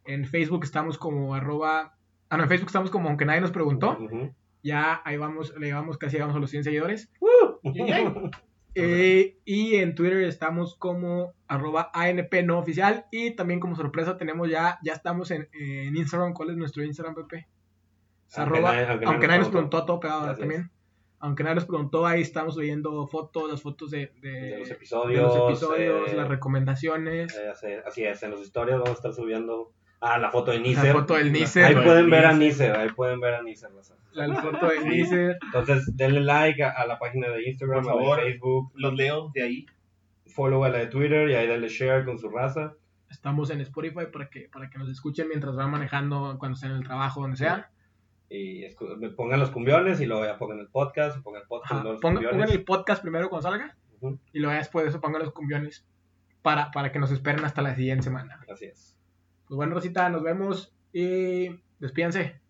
En Facebook estamos como arroba... Ah, no, en Facebook estamos como aunque nadie nos preguntó.
Ujú.
Ya ahí vamos, le vamos casi llegamos a los 100 seguidores.
Ujú.
Eh, y en Twitter estamos como arroba ANP no oficial. Y también como sorpresa tenemos ya, ya estamos en, en Instagram. ¿Cuál es nuestro Instagram, Pepe? Es
Aunque
arroba-
nadie- aunque nadie
aunque nadie
nos
nos preguntó, todo pegado
Gracias.
también. Aunque nadie nos preguntó, ahí estamos subiendo fotos, las fotos de, de-
de los
Eh, de
episodios.
los episodios,
eh,
las recomendaciones,
eh, así- así es, en las historias vamos a estar subiendo ah, la foto de
la
Nicer.
foto del
la
Nicer,
Ahí
foto de
pueden ver a
Nicer.
Nicer, ahí pueden ver a Nicer. raza.
la foto del Nicer.
Entonces, denle like a, a la página de Instagram,
Por
a la de
favor.
Facebook,
Los leo de ahí.
follow a la de Twitter y ahí denle share con su raza.
Estamos en Spotify para que, para que nos escuchen mientras van manejando, cuando estén en el trabajo, donde sea.
Y escu- pongan los cumbiones y luego ya pongan el podcast, pongan el podcast,
Ajá,
luego los
Pongan,
cumbiones.
pongan el podcast primero cuando salga
Ujú,
y luego ya después de eso pongan los cumbiones para, para que nos esperen hasta la siguiente semana.
Así es.
Pues bueno, Rosita, nos vemos y despídense.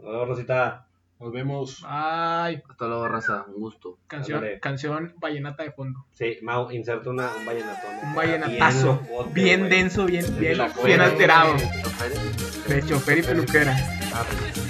Nos vemos, Rosita.
Nos vemos.
Bye.
Hasta luego, raza. Un gusto.
Canción,
Ándale.
canción vallenata de fondo.
Sí, Mau, inserta una, un vallenatón.
Un vallenatazo.
Bien locote,
Bien
güey.
denso, bien, bien,
la
bien
cuerda.
alterado.
Choferes.
De chofer y peluquera.
Arre.